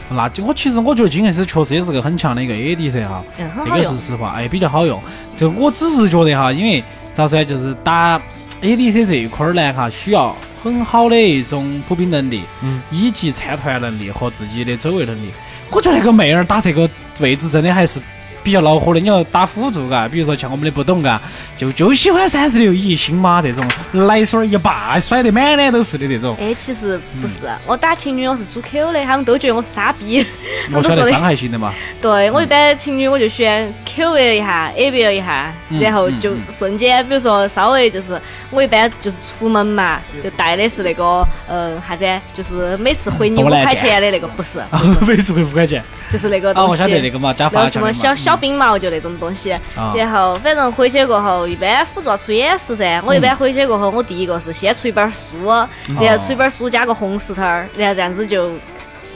那就我其实我觉得金克斯确实也是个很强的一个 ADC 哈，
嗯很
这
好
个
用
是，实话，哎，比较好用。就我只是觉得哈，因为咋说呢，就是打 ADC 这一块儿呢哈，需要很好的一种普兵能力，
嗯，
以及参团能力和自己的走位能力。我觉得那个妹儿打这个位置真的还是比较恼火的。你要打辅助嘎，比如说像我们的不懂嘎，就就喜欢三十六一星马这种奶水儿一霸甩得满脸都是的这
[laughs]
种，
哎，其实不是，我打情侣我是主 Q 的，他们都觉得我是傻逼，他
我
们都
晓
说
得
的
伤害型的嘛。
对我一般情侣我就喜欢 Q 了一下，A B 了一下，
嗯
然后
嗯
就
嗯
瞬间，比如说稍微就是我一般就是出门嘛，
嗯
就带的是那个呃啥子，就是每次回你五
嗯多来
块
件
钱的那个，不
[laughs]
是，
每次会五块钱
就是那个
啊，我
[laughs] 东
晓得那
西。
个嘛，加
然
发
后什
条的
么
嘛嗯
小小冰毛就那种东西，
啊
然后反正回去过后，一般辅助要出演示噻。我一般回去过后，
嗯
我
哦
第一个是先出一本书，然后出一本书加个红石头儿，然后这样子就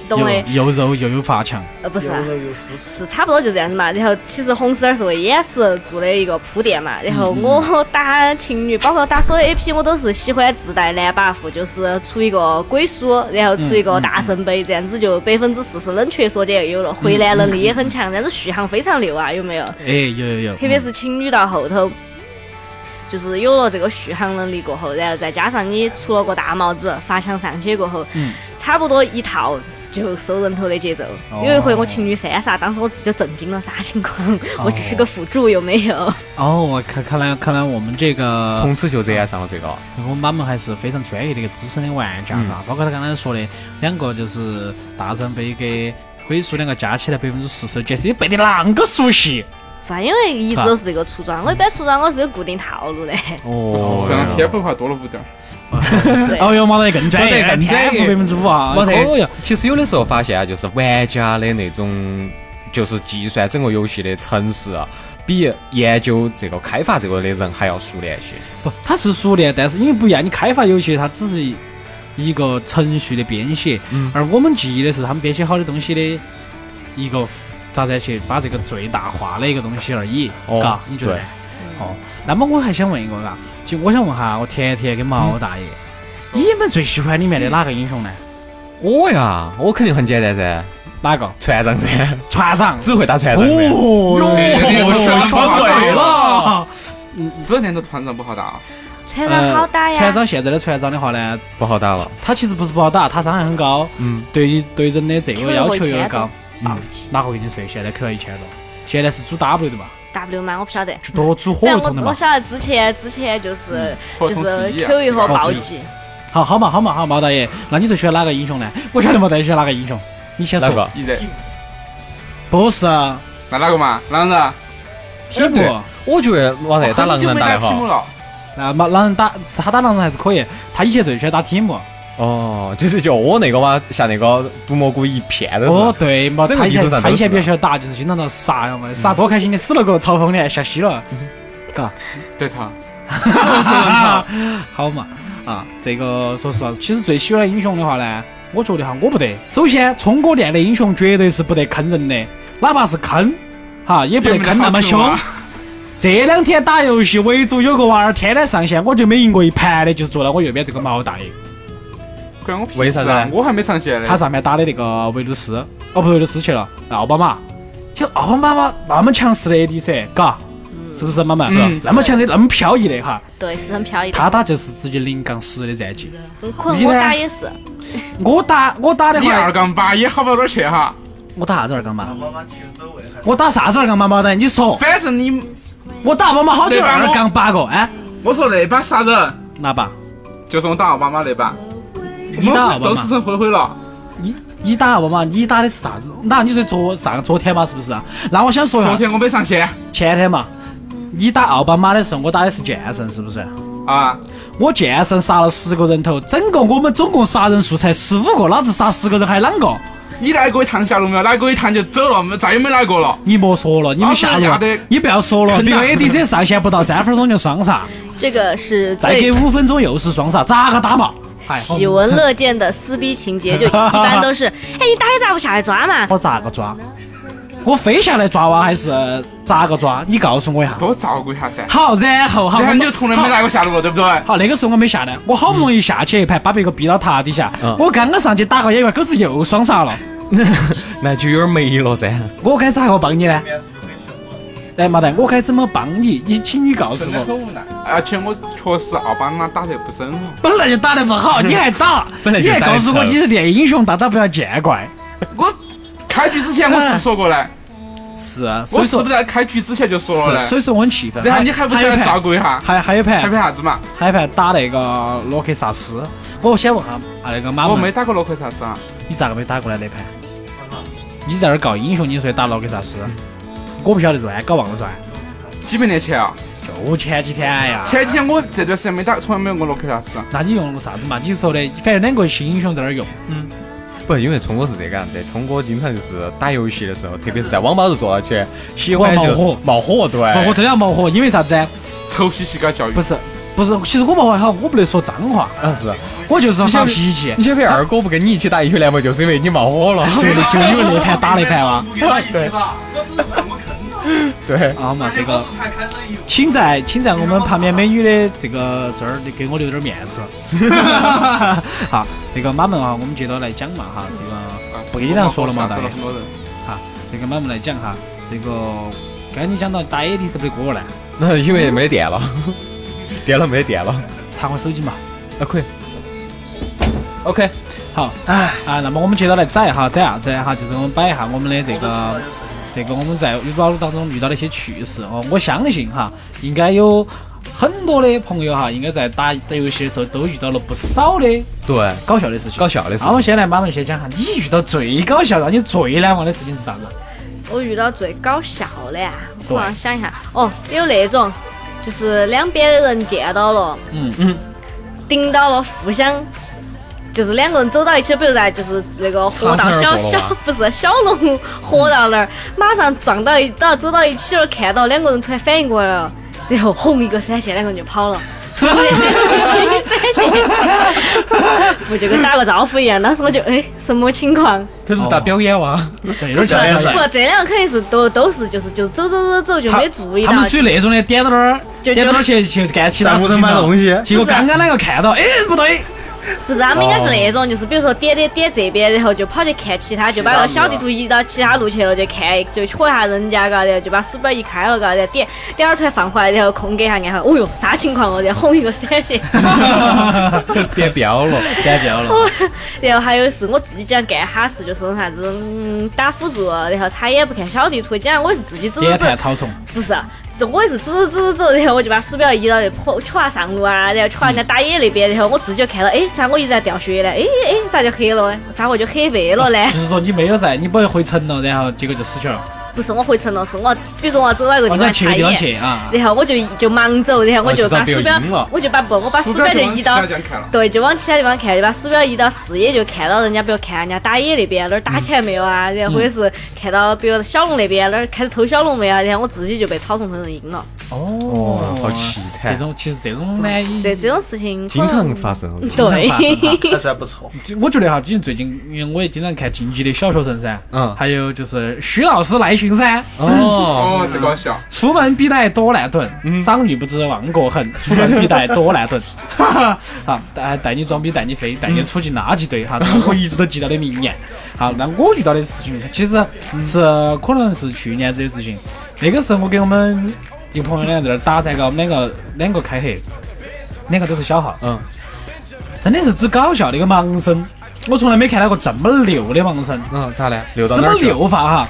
懂的，
又又肉又有发强，
呃，不是啊、
有扶持，
是差不多就这样子嘛。然后其实红十二是为也是做的一个铺垫嘛。然后
嗯
我打情侣，包括打所有 AP，我都是喜欢自带蓝 buff，就是出一个鬼书，然后出一
嗯
个大圣杯，这样子就百分之四十冷却缩减又有了，回蓝
嗯
能力也很强，但是续航非常溜啊，有没有？
哎，有有有，
特别是情侣到后头，就是有了这个续航能力过后，然后再加上你出了个大帽子，发枪上去过后，
嗯
差不多一套。就收人头的节奏，
哦
有一回我情侣三杀，当时我自己就震惊了，啥情况？我只是个辅助，有没
[laughs]
有？
哦，我看看来看来我们这个
从此就这样上了这个。
我们马们还是非常专业的一个资深的玩家嘎，
嗯
包括他刚才说的两个就是大圣杯跟鬼术两个加起来百分之四十的解释，你背得啷个熟
[laughs]
悉？
反正因为一直都是这个出装，我一般出装我是有固定套路的，
哦
身上天赋还多了五点儿，
是
[laughs] 哦哟，马得更专
马
业，
得更专业
百分之五啊！
我
哦哟
得，，其实有的时候发现啊，就是玩家的那种，就是计算整个游戏的城市啊，比研究这个开发这个的人还要熟练些。
不，它是熟练，但是因为不一样，你开发游戏它只是一个程序的编写，
嗯
而我们记忆的是他们编写好的东西的一个咋子去把这个最大化的一个东西而已，
哦
嘎，你觉得
对？
哦，那么我还想问一个嘎，就我想问下我甜甜跟
嗯
毛大爷，你们最喜欢里面的哪个英雄呢？
我哦呀，我肯定很简单噻，
哪个？
船长噻，
船长。
只会打船长噻。
哦哟，
说
对了，
嗯
这年的团长不好打啊，
船长
呃
好打哎呀，
船长现在的船长的话呢，
不好打了，
他其实不是不好打，他伤害很高，
嗯，
对于对人的这个要求又高。
嗯
哪个跟你说现在 Q 要一千多？现在是主 W 的嘛，
W 吗？我不晓得。
就多主火
反
油
正
桶的
我
嘛嗯
我。晓得之前之前就是
合
就
同
是
是一啊
Q 一和暴
合同
击，
好好嘛好嘛好，毛大爷，那你最喜欢哪个英雄呢？我晓得毛大爷喜欢哪个英雄，你先
哪
说。
个？
一人
不是啊
那哪个嘛？狼人啊，
天
对
幕，
我觉得哇
哦
塞，打狼人打
打
得
题
好。
目了，
那啊嘛狼人打他打狼人还是可以，他以前最喜欢打提姆。
哦，就是就我那个嘛，像那个毒蘑菇一片都是。
哦，对嘛，
整个
他以
地
前
图上
他以前比较
都是
喜欢打，就是经常遭杀，要么杀多开心的，死了个嘲讽的，吓稀了，嘎。
对头，
[laughs] 好嘛，啊，这个说实话，其实最喜欢的英雄的话呢，我觉得哈，我不得。首先，聪哥练的英雄绝对是不得坑人的，哪怕是坑，哈，也不得坑那么 [laughs] 凶
也不得。啊
这两天打游戏，唯独有个娃儿天天上线，我就没赢过一盘的，就是坐到我右边这个毛大爷，
关我屁事啊
为啥呢
我还没上线嘞
他，上面打的那个维鲁斯，哦不，维鲁斯去了，奥巴马。就奥巴马那么强势的 AD 噻， [laughs] 嘎，是不是啊妈妈？
是
那么强的，那么飘逸的哈，
对，是很飘逸的。
他打就是直接零杠十的战绩。
嗯可能我打也是，
我打我打的
你啊
话，
二杠八也好不到哪儿去哈，
我打啥子二杠嘛？
妈妈去走位还是
我打啥子二杠嘛？毛蛋，你说
反正你，
我打妈妈好久
那把
二
我
杠八个？哎，
我说那把杀人，
哪把？
就是我打奥巴马那把，
你打奥巴
都
马
是？成灰灰
啊
了，
你你打奥巴马？你打的是啥子？那你说昨上昨天嘛？是不是啊？那我想说一
昨
下，
天我没上线
前天嘛，你打奥巴马的时候，我打的是剑圣，是不是？
啊，
我剑圣杀了十个人头，整个我们总共杀人数才十五个，老子杀十个人还啷个？
你哪个一趟下路没有？哪个一趟就走了，没再也没哪个了。
你莫说了，你们下
老子压
路
啊得，啊
你不要说了，
坑
比如
呐
ADC 上线不到三分钟就双杀，
这个是
再给
最
五分钟又是双杀，咋个打嘛？哎好
喜闻乐见的撕逼情节，就一般都是，哎，你打也咋不下来抓嘛？
哦
我咋个抓？我飞下来抓哇，还是呃咋个抓？你告诉我一下。
多照顾一下噻。
好，然后好，
然后你就
我
从来没拿过下路了，对不对？
好，那个时候我没下来，我好不容易下去一盘，把别个逼到塔底下
嗯。
我刚刚上去打个野怪，狗子又双杀了。
那就有点没了噻。
我该咋个帮你呢？
面是不是很凶啊？
哎，麻蛋，我该怎么帮你？你请你告诉
真的很
我。
无奈。而且我确实奥巴马打得不是哦很好，
本来就打得不
[laughs]
好，你还打，
本来
你
就
还
打得
告诉我
丑
你是练英雄，大打不要见怪。
我开局之前我是不是说过嘞？
是，哎
啊
所
我
以
是
说
不是在开局之前就说了
是，所
嘞？
以说我很气愤。
然后你还不
还
起
有一
来
盘
照顾一下，
还还有一
还
盘
怕啥子嘛？
还有一盘打那个罗克萨斯。我先问下啊，那个马
我
文
没打过洛克萨斯啊，
你咋个没打过来那盘？
嗯
你在那儿搞英雄，你说打罗克萨斯？我不晓得乱搞忘了噻，
几百年前啊。
就前几天哎呀。
前几天我这段时间没打，从来没用过洛克萨斯。啊
那你用了啥子嘛？你说的，反正两个新英雄在那儿用，
不，因为聪哥是这个样子，聪哥经常就是打游戏的时候，特别是在网吧头坐到起，喜欢
喜欢
就
冒
哎
火
冒火，对，
不，我真的要冒火，因为啥子呢？
臭屁气搞教育
不，是，不是，其实我冒火还好，我不得说脏话，
啊是，
我就是
你晓
好
不
脾气
你。晓不晓得二哥不跟你一起打英雄联盟，就是因为你冒火了。
对的，就因为那盘打了一盘啊嘛。
对对，
啊嘛，这个，请在请在我们旁边美女的这个这儿给我留点面子。好，这个马门哈，我们接着来讲嘛哈，这个。不跟你俩说了嘛大
吓
爷
死了很多人。
这个马们来讲哈，这个刚才你讲到打野地是没得歌了，
那因为没得 [laughs] 电了，电了没得电了。
查我手机嘛。
啊，可以。OK，
好，啊，那么我们接着来展一下，展啥子哈？就是我们摆一下我们的这个这个我们在撸啊撸当中遇到的一些趣事哦。我相信哈，应该有很多的朋友哈，应该在打打游戏的时候都遇到了不少的
对，
搞笑的事情。
搞笑的事
那我们先来马上先讲哈，你遇到最搞笑让你最难忘的事情是啥子？
我遇到最搞笑的呀，
对
我好像想一下，哦，有那种就是两边的人见到了，
嗯
嗯，
顶到了，互相。就是两个人走到一起，比如在就是那个河道
擦身而
小
过了
小
吧
不是小龙湖河道那儿，马上撞到一到走到一起了，看到两个人突然反应过来了，然后轰一个闪现，两个人就跑
[laughs]
了，突然两个人一起闪现，不就跟打个招呼一样？当时我就哎什么情况？
这不是在表演哇？
这有点
这
像表演
不，这两个肯定是都都是就是就走走走走就没注意
他
到，
们属于那种的，点到那儿，
就
点到那儿去去干其他
在
事
屋头
情
买
了
东西
结果
不是
刚刚那个看到，哎，不对，
不是他们应
哦
该是那种就是比如说点点点这边，然后就跑去看其他，就把那个
啊
小地图移到其他路去了，就看就戳一下人家嘎的，就把鼠标一开了嘎的，点点儿突然放回来，然后空格一下按下，哦哟啥情况哦，然后轰一个闪现。
[laughs] 变彪哦了，
干掉了。
[laughs] 然后还有是我自己经常干哈事，就是那种啥子嗯打辅助，然后他也不看小地图，经常我是自己走走
点
走
弹，草丛，
不是，是我也是走走走走走，然后我就把鼠标移到那坡戳下上路啊，然后戳下人家打野那边，然后我自己就看到，哎，咋我一直在掉血呢？哎哎，咋就黑了呢？咋我就黑白了呢？
就是说你没有在，你不会回城了，然后结果就死球了，
不是我回城了，是我，比如说我要走到一个地
往哦
方
那去
打
的地方
野。
去啊。
然后我就就忙走，然后我
哦
就
就
把
这
鼠
样
标
不要赢了，
我就把不，我把鼠标就移到
这样看了。
对，就往其他地方看，就把鼠标移到视野，就看到人家，比如看人家打野那边哪儿打起来没有啊，然后或者是看到比如小龙那边哪儿开始偷小龙没啊，然后我自己就被草丛偷人赢了。
哦
好凄惨
这种其实这种呢，
这这种事情
经
可能
常发生。
经常发生哈。
还算不错。
就我觉得哈，因为最近因为我也经常看晋级的小学生噻，
嗯
还有就是徐老师来训噻，
哦，
嗯
哦，这个笑，
出门必带多烂盾，长女不知亡国恨，出门必带多烂盾。哈哈， [laughs] 好，带带你装逼，带你飞，带你处进垃圾堆哈，这是我一直都记到的名言。好，那我遇到的事情其实是可能是去年子的事情，那个时候我跟我们一个朋友两个在那儿打噻，嘎，我们两个两个开黑，两个都是小号，
嗯，
真的是只搞笑的一个盲僧，我从来没看到过这么溜的盲僧。
嗯，咋了？溜到
怎
哪
么
儿去了？
六发哈？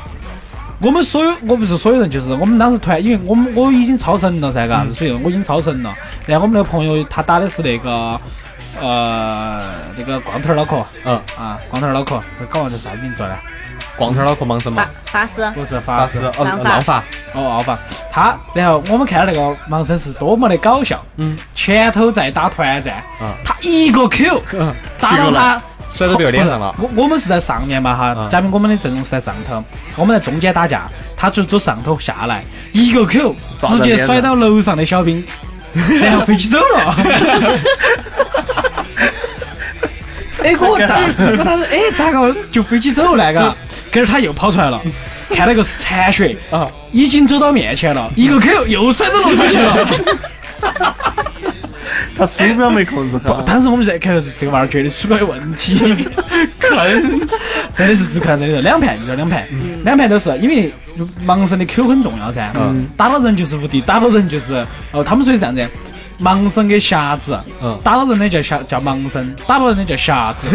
我们所有，我不是所有人，就是我们当时团，因为我们我已经超神了噻，
嗯
嘎，是属于我已经超神了。然后我们那个朋友他打的是那个，呃，这个光头儿脑壳
嗯，
啊，光头儿脑壳，搞忘这啥名字了？
光头脑壳盲僧
法
嘛，
法师。
不是
法
法
师
师
哦，
狼发
狼发， [laughs]
哦，奥法他。然后我们看到那个盲僧是多么的搞笑，
嗯，
拳头在打团战
嗯，
他一个 Q
嗯，
打到他
摔到别人脸上了。
不是我我们是在上面嘛哈
嗯，
嘉宾我们的阵容是在上头，我们在中间打架，他就走上头下来，一个口
撞
直
到
接
脸上
甩到楼上的小
[laughs]
兵，然后飞起走了。哎，我当
[laughs]
我当时哎咋个就飞起走那个？可是他又跑出
[laughs]
来了，看那个是残血
啊，
已经走到面前了，一个口又甩到楼上去了。
他鼠标没控制
哦
好，
当时我们就在看的是这个娃儿绝对出了有问
[laughs]
题，坑，真的是只坑，真的是两盘遇到两盘，两盘都是因为盲僧的 Q 很重要噻
嗯，
打到人就是无敌，打到人就是哦，他们说的是这样子。盲僧跟匣子
嗯，
打到人的叫匣叫盲僧，打不到人的叫匣
[laughs]
子，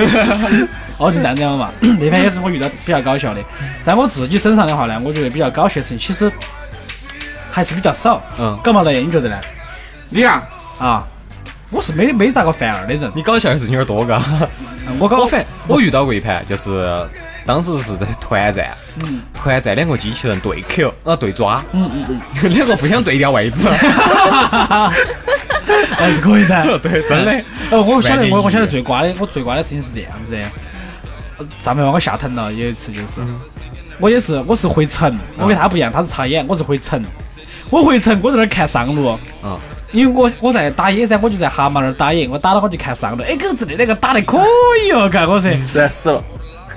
哦就这样子嘛。 [clears throat] 那盘也是我遇到比较搞笑的，在我自己身上的话呢，我觉得比较搞笑的事情其实还是比较少。
嗯
搞嘛的，你觉得呢？
你啊，
啊，我是没没咋个犯二的人，
[laughs] 你搞笑的事情有点多，嘎。
我搞
我反我遇到过一盘，就是当时是在团战，团战两个机器人对 Q，啊对抓，嗯嗯嗯，两个互相对调位置，
还哎是可以的。
[laughs] 对，真的。
呃，我晓
万
得，
年
我我晓得
一遇
最瓜的，我最瓜的事情是这样子的，呃上面把我吓疼了，有一次就是，我也是，我是回城，我跟他不一样，他是插眼，我是回城，我回城，我在那儿看上路，
嗯
因为我我在打野噻，我就在蛤蟆那儿打野，我打到我就看上头，哎，狗子的那个打得可以哦，嘎，我说，
突然死了，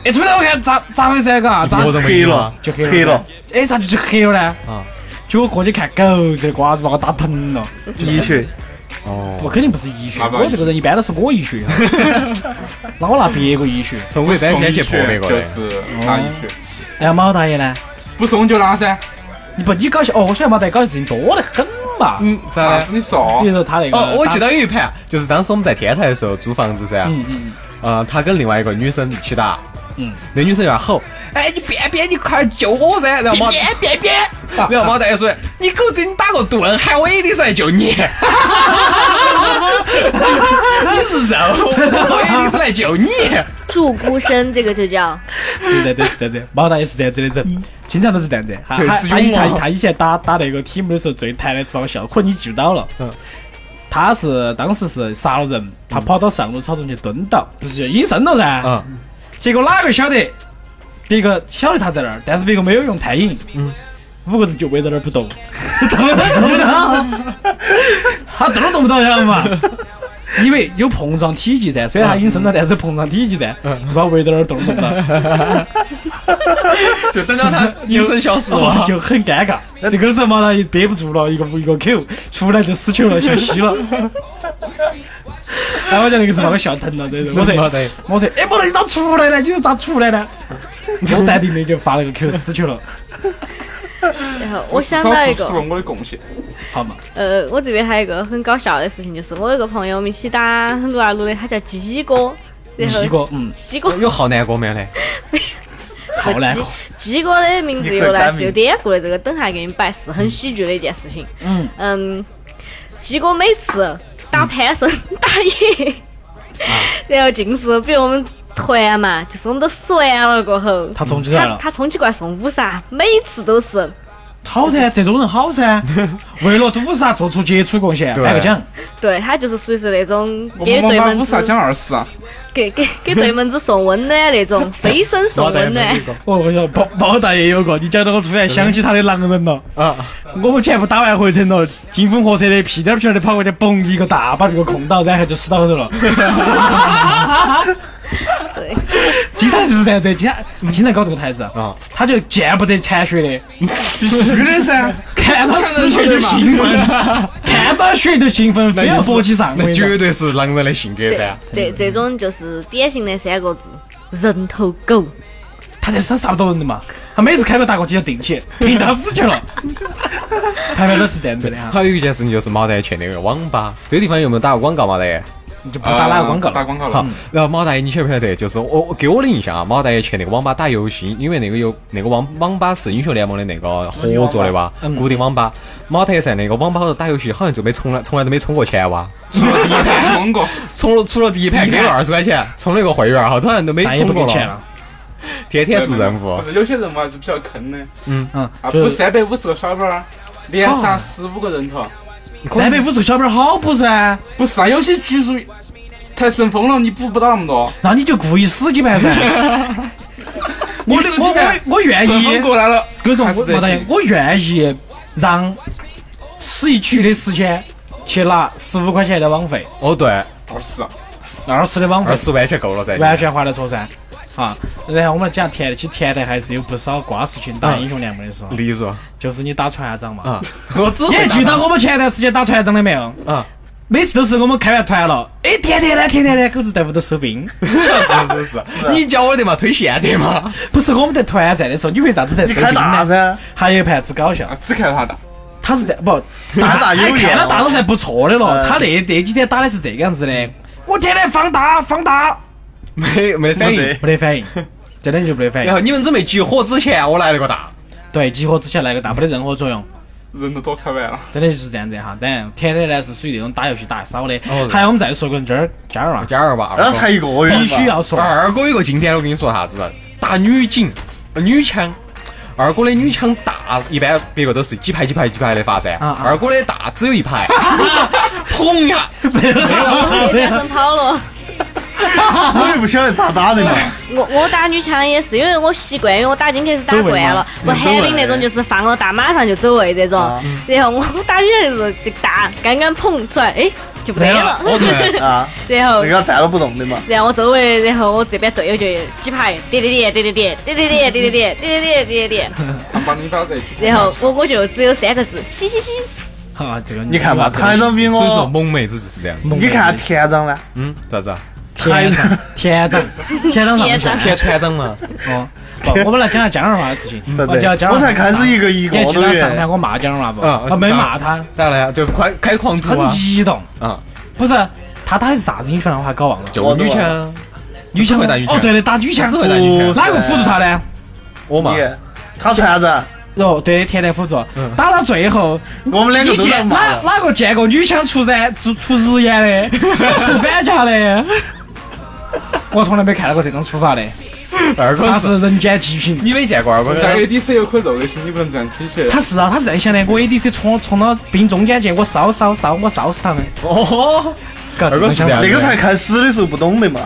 哎，突然我看咋咋回事啊，嘎，咋
我都没
黑
有
了
啊，
就黑
黑了，
哎，咋就就黑了呢？
啊，
结果过去看狗子的瓜子把我打疼了，
医学
我
哦，
肯定不是医学，
那不好
我
意思
这个人一般都是我医 [laughs] 学，那我拿别个医学，
从我一般先去破别
血
个
就
的，
是
嗯
拿一血，
然后哎毛大爷呢？
不送就拿噻。
你不，你搞笑哦，我晓得毛大爷搞笑事情多得很嘛，
嗯，
咋了
啥子你
比
说
如？说呃他那个，
哦，我记。得有一盘，就是当时我们在天台的时候租房子噻，
嗯嗯，
呃，他跟另外一个女生一起打，
嗯，
那女生就要吼，哎，你变变，你快点救我噻！然后毛变变变， [laughs] 然后毛大爷说，你狗子，你打个盾，喊我 AD 上来救你， [laughs] 你是肉，我 AD 是来救你，
祝孤身这个
[laughs]
就叫
是的，对，是的，对，毛大爷是这样子的人，经常都是这样子。他
嗯对
他
自啊
他以
由
他
嘛
他以前打打那个 team 的时候，最谈的是把我笑，可能你记不到了。
嗯
他是当时是杀了人，他跑到上路草丛去蹲到，
嗯
不是就隐身了噻？
啊，
结果哪个晓得？别个晓得他在那儿，但是别个没有用探影。
嗯
五个人就围在那儿不
[laughs]
动，动都动不到，他动都动不到，晓得嘛？因为有碰撞体积噻，虽然他隐身了，但是碰撞体积噻，
嗯
就把围在那儿动都动不到，
就等到
[laughs]
他隐身消失了，
哦就很尴尬。这个时候嘛，他也憋不住了，一个捂一个口，出来就死球了，笑嘻了。哎然后我讲那个时候把我笑疼了，对对，我说
毛大爷
我说，哎，毛大爷咋出来呢？你是咋出来呢？我淡定的就发了个口死球了，
然后我想
少
到一
出
个
出，了我的贡献。
好嘛？
呃，我这边还有一个很搞笑的事情，就是我有个朋友，我们一起打撸啊撸的，他叫鸡哥，然
鸡
后
哥，嗯，
鸡哥
有浩南哥没
[laughs]
有嘞？
好难搞，
鸡哥的名字由来是有典故的，这个等下给你摆，是很喜剧的一件事情。
嗯
嗯，鸡哥每次打潘森、
嗯
[laughs] 打野，然后尽是比如我们团嘛，就是我们都算了过后，
他冲起来
他
了，
他充气怪送五杀，每次都是
好噻，这种人好噻，为了赌杀做出杰出贡献，
对
颁个奖，
对他就是属于是那种
我
给
们
对
我把
门
五杀
子
降二十啊！
给给给对门子送温暖那种，飞身
毛
送
大爷
[laughs]
没
温暖
有一。个
哦，我说包包大爷有个，你讲到我突然想起他的狼人了，
啊，
我们全部打完回城了，金风火车的屁颠儿屁颠儿的跑过去，嘣一个大把这个空倒，然后就死到后头了。
对，
经常就是这样子，经常经常搞这个台子
啊，
他就见不得残血的，
必须
[laughs]
的噻，
看到死血就兴奋，看到血就兴奋，非要搏起上。我
那
跟你
绝
说
对是狼人的
[laughs]
性格
啊
噻。
这这种就是典型的三个字：人头狗。
他在手杀不到人的嘛，他每次开个大过去就定起，定到死去了。排排都是这样子的哈，
还有一件事情就是毛大爷去那个网吧，这个地方有没有打过广告嘛？大爷？
你就不打哪个广告
嗯打
了。
广告
好
了。，
然后毛大爷，你晓不晓得？就是我我给我的印象啊，毛大爷去那个网吧打游戏，因为那个有那个网网吧是英雄联盟的那个合作的哇
嗯，
固定网吧。毛大爷在那个网吧头打游戏，好像就没充了，从来都没充过钱哇，
出了第一盘
[laughs]
冲过，
充了出了第一盘给了二十块钱，充了一个会员，好多人都没
再也
充
不给
过
钱 [laughs]
了，
了，
天天做任务
不。是有些人嘛还是比较坑的
嗯
啊，，
就
补三百五十个小包儿，啊连杀十五个人头。
三百五十个小本儿好补噻，
不是啊，有些局数太顺风了，你补不到那么多。
那你就故意死几盘
[laughs]
噻。我的我我我愿
顺
意
风，过来了，
各种
还是
我
得
毛大爷
行，
我愿意让死一局的时间去拿十五块钱的网费，
哦，对，
二十啊，
二十的网费
二十完全够
[laughs]
了噻。
完全划得着噻。啊，然后我们讲甜的，其实甜的还是有不少瓜事情
嗯
打英雄联盟的时候，
例如
就是你打团长嘛。
啊，我只
你还记得我们前段时间打团长的没有？
嗯
啊，
每次都是我们开完团了，哎，甜甜的，甜甜的，狗子在屋头收兵。
是是是，你教我的嘛，推线的嘛。
不是我们在团战的时候，你为啥子在
你
收
开
兵
大
呢？
噻，
还有一盘子搞笑
啊，，只看他打，
他是在不
[laughs]
哎
大打有
看了大
眼，
佬才不错的了。
嗯
他那那几天打的是这个样子的，我天天放大放大，
没没反应
没。
没得反应， [laughs] 真的就没得反
然
应。
后你们准备集火之前，我来了个大。
对，集合之前来个大，没得任何作用，
人都躲开
[laughs]
完了。
真的就是这样子哈。当然，甜甜呢是属于那种打游戏打得少的
哦。
还有我们再说个人今儿今儿啊，
加二吧，
那才一个月嘛，
必须要说，
二哥有个经典，我跟你说啥子？打女警、呃女枪。二哥的女枪大，一般别个都是几排几排几排的发噻。
啊啊
二哥的大 [laughs] 只有一排，砰一下，
[laughs] 有转身跑了，
啊我也不晓得咋打的嘛。
我我打女枪也是，因为我习惯，因为我打金克是打
走位
惯
嘛
了。
嗯
我
走
h
位
a v 那种就是放了打马上就走位这种，然后我打女枪就是就打，刚刚砰出来，哎就没了。
哦对，
啊，
然后
这个站都不动的嘛。
然后我周围，然后我这边队友就几排，点点点点点点点点点点点点点点点点，
把你把这，
然后我我就只有三个字，嘻嘻嘻。
[laughs] 哈，这个
你看吧，台长比
所以说
我，
萌妹子就是这样子。
你看田长呢，
嗯，咋子啊？
田长，田长，田长上
田
选
长
田船长 [laughs] 嘛，
哦。
[laughs]
不，我们来讲下江儿话的事情。哦
对
我讲江
对，
儿话
我才开始一个一个
你还记
多
得上台
月，
我骂江儿话不？
啊
啊
嗯
我没骂他，
咋了呀？啊就是快开狂徒
很
啊！
激动。
啊，
不是，他打的是啥子英雄来我还搞忘了。
就女枪，
女枪
会打女枪
哦，对的，打女枪。
只会打女枪
哪个辅助他呢？
我嘛
你，他船长，
哦，对，田田辅助。打到最后，
嗯我们两个
你
都在
见
骂
哪
了。
哪个见过女枪出燃出出日炎
[laughs]
的，出反甲的？我从来没看到过这种出法的，
二哥
他
是
是人间极品。
你没见过二哥
在 ADC 有颗肉的心，你不能这样踢起来。
他是啊，他是这样想的。我 ADC 冲冲到兵中间去，我烧烧烧，我烧死他们。
哦，
搞这
二哥
种
是
想
这
法
样，
那个才开始的时候不懂的嘛。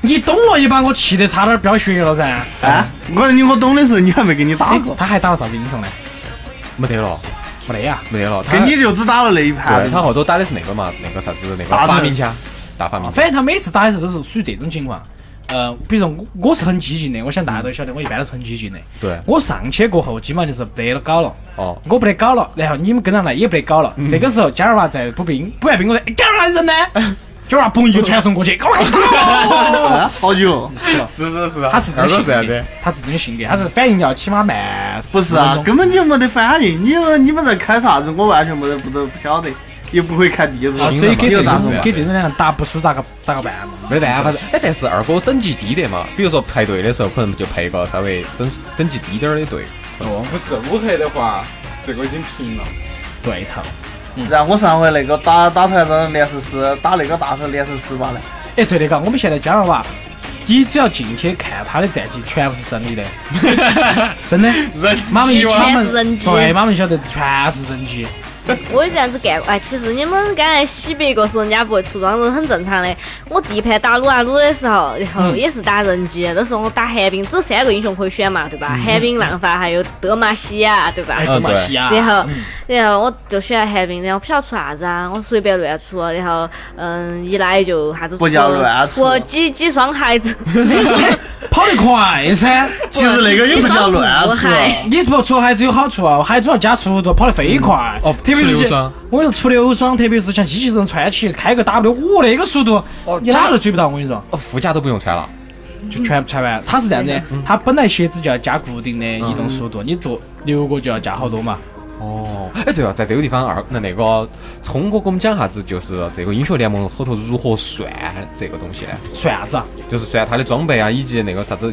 你懂了，一把我气得差点飙血了噻。哎
啊，我你我懂的时候，你还没给你打 [laughs] 过，
他还打了啥子英雄呢？
[laughs] 没得了，
没得呀，
没得了，他
跟你就只打了那一盘
对他好多打的是那个嘛，那个啥子那个
打的
发明家，大发明
反
家，
正他每次打的时候都是属于这种情况。呃，比如说我我是很激进的，我想大家都晓得，我一般都是很激进的。
对
我上去过后，基本上就是没得搞了，
哦，嗯
我不得搞了，然后你们跟上来也不得搞了。这个时候，加尔娃在补兵，补完兵我说，加尔娃人呢？
[laughs]
加尔娃嘣一个传送过去，给我开始打了。
啊，好久。
是是是，
他是真
二哥
性
是啥
格
子？，
他是真性格，他是反应要起码慢。
不是啊，，根本就没得反应。你说你们在开啥子，我完全没得不得不晓得，也不会看地图。
啊，所以给
你
这
有
种
啥子
给这种人打不输咋个咋个办啊嘛？
没得办法噻，哎，但是二哥等级低的嘛，比如说排队的时候，可能就排一个稍微等等级低点儿的队，
不是五黑的话，这个已经平了。
对头。
然后我上回那个打打团长连胜十，打那个大神连胜十八嘞。
哎，对的，嘎，我们现在加尔娃，你只要进去看他的战绩，全部是胜利的， [laughs] 真的。
[laughs] 人
马文
全
马
是
文
人机
对，马文晓得全是人
啊
机，
我也这样子干过。哎，其实你们刚才洗别个说人家不会出装是很正常的。我第一盘打撸啊撸的时候，然后也是打人机，那时候我打寒冰，只有三个英雄可以选嘛，对吧？寒冰、浪法还有德玛西亚，对吧？
哎，多
嗯
么西啊！
然后，
嗯
然后我就选寒冰，然后不晓得出啥子啊，我随便乱出，然后，嗯，一来就啥子
不
出
叫乱啊出
出几几双鞋子，
跑得快噻，
[laughs] 其实那个也不叫乱啊
我
出，
还
你不出还是有好处啊，还主要加速度，跑得飞快。
哦
特别是像
出硫酸
我跟你说出硫酸，特别是像机器人穿起开个 W，我那个速度，你哪儿都追不到。我跟你说，
哦，副驾都不用穿了，
就全部穿完。它是这样的，它本来鞋子就要加固定的移动速度，你做六个就要加好多嘛。
哦，哎对了，在这个地方二那那个聪哥给我们讲啥子，就是这个英雄联盟后头如何算这个东西呢？
算啥子啊？
就是算他的装备啊，以及那个啥子，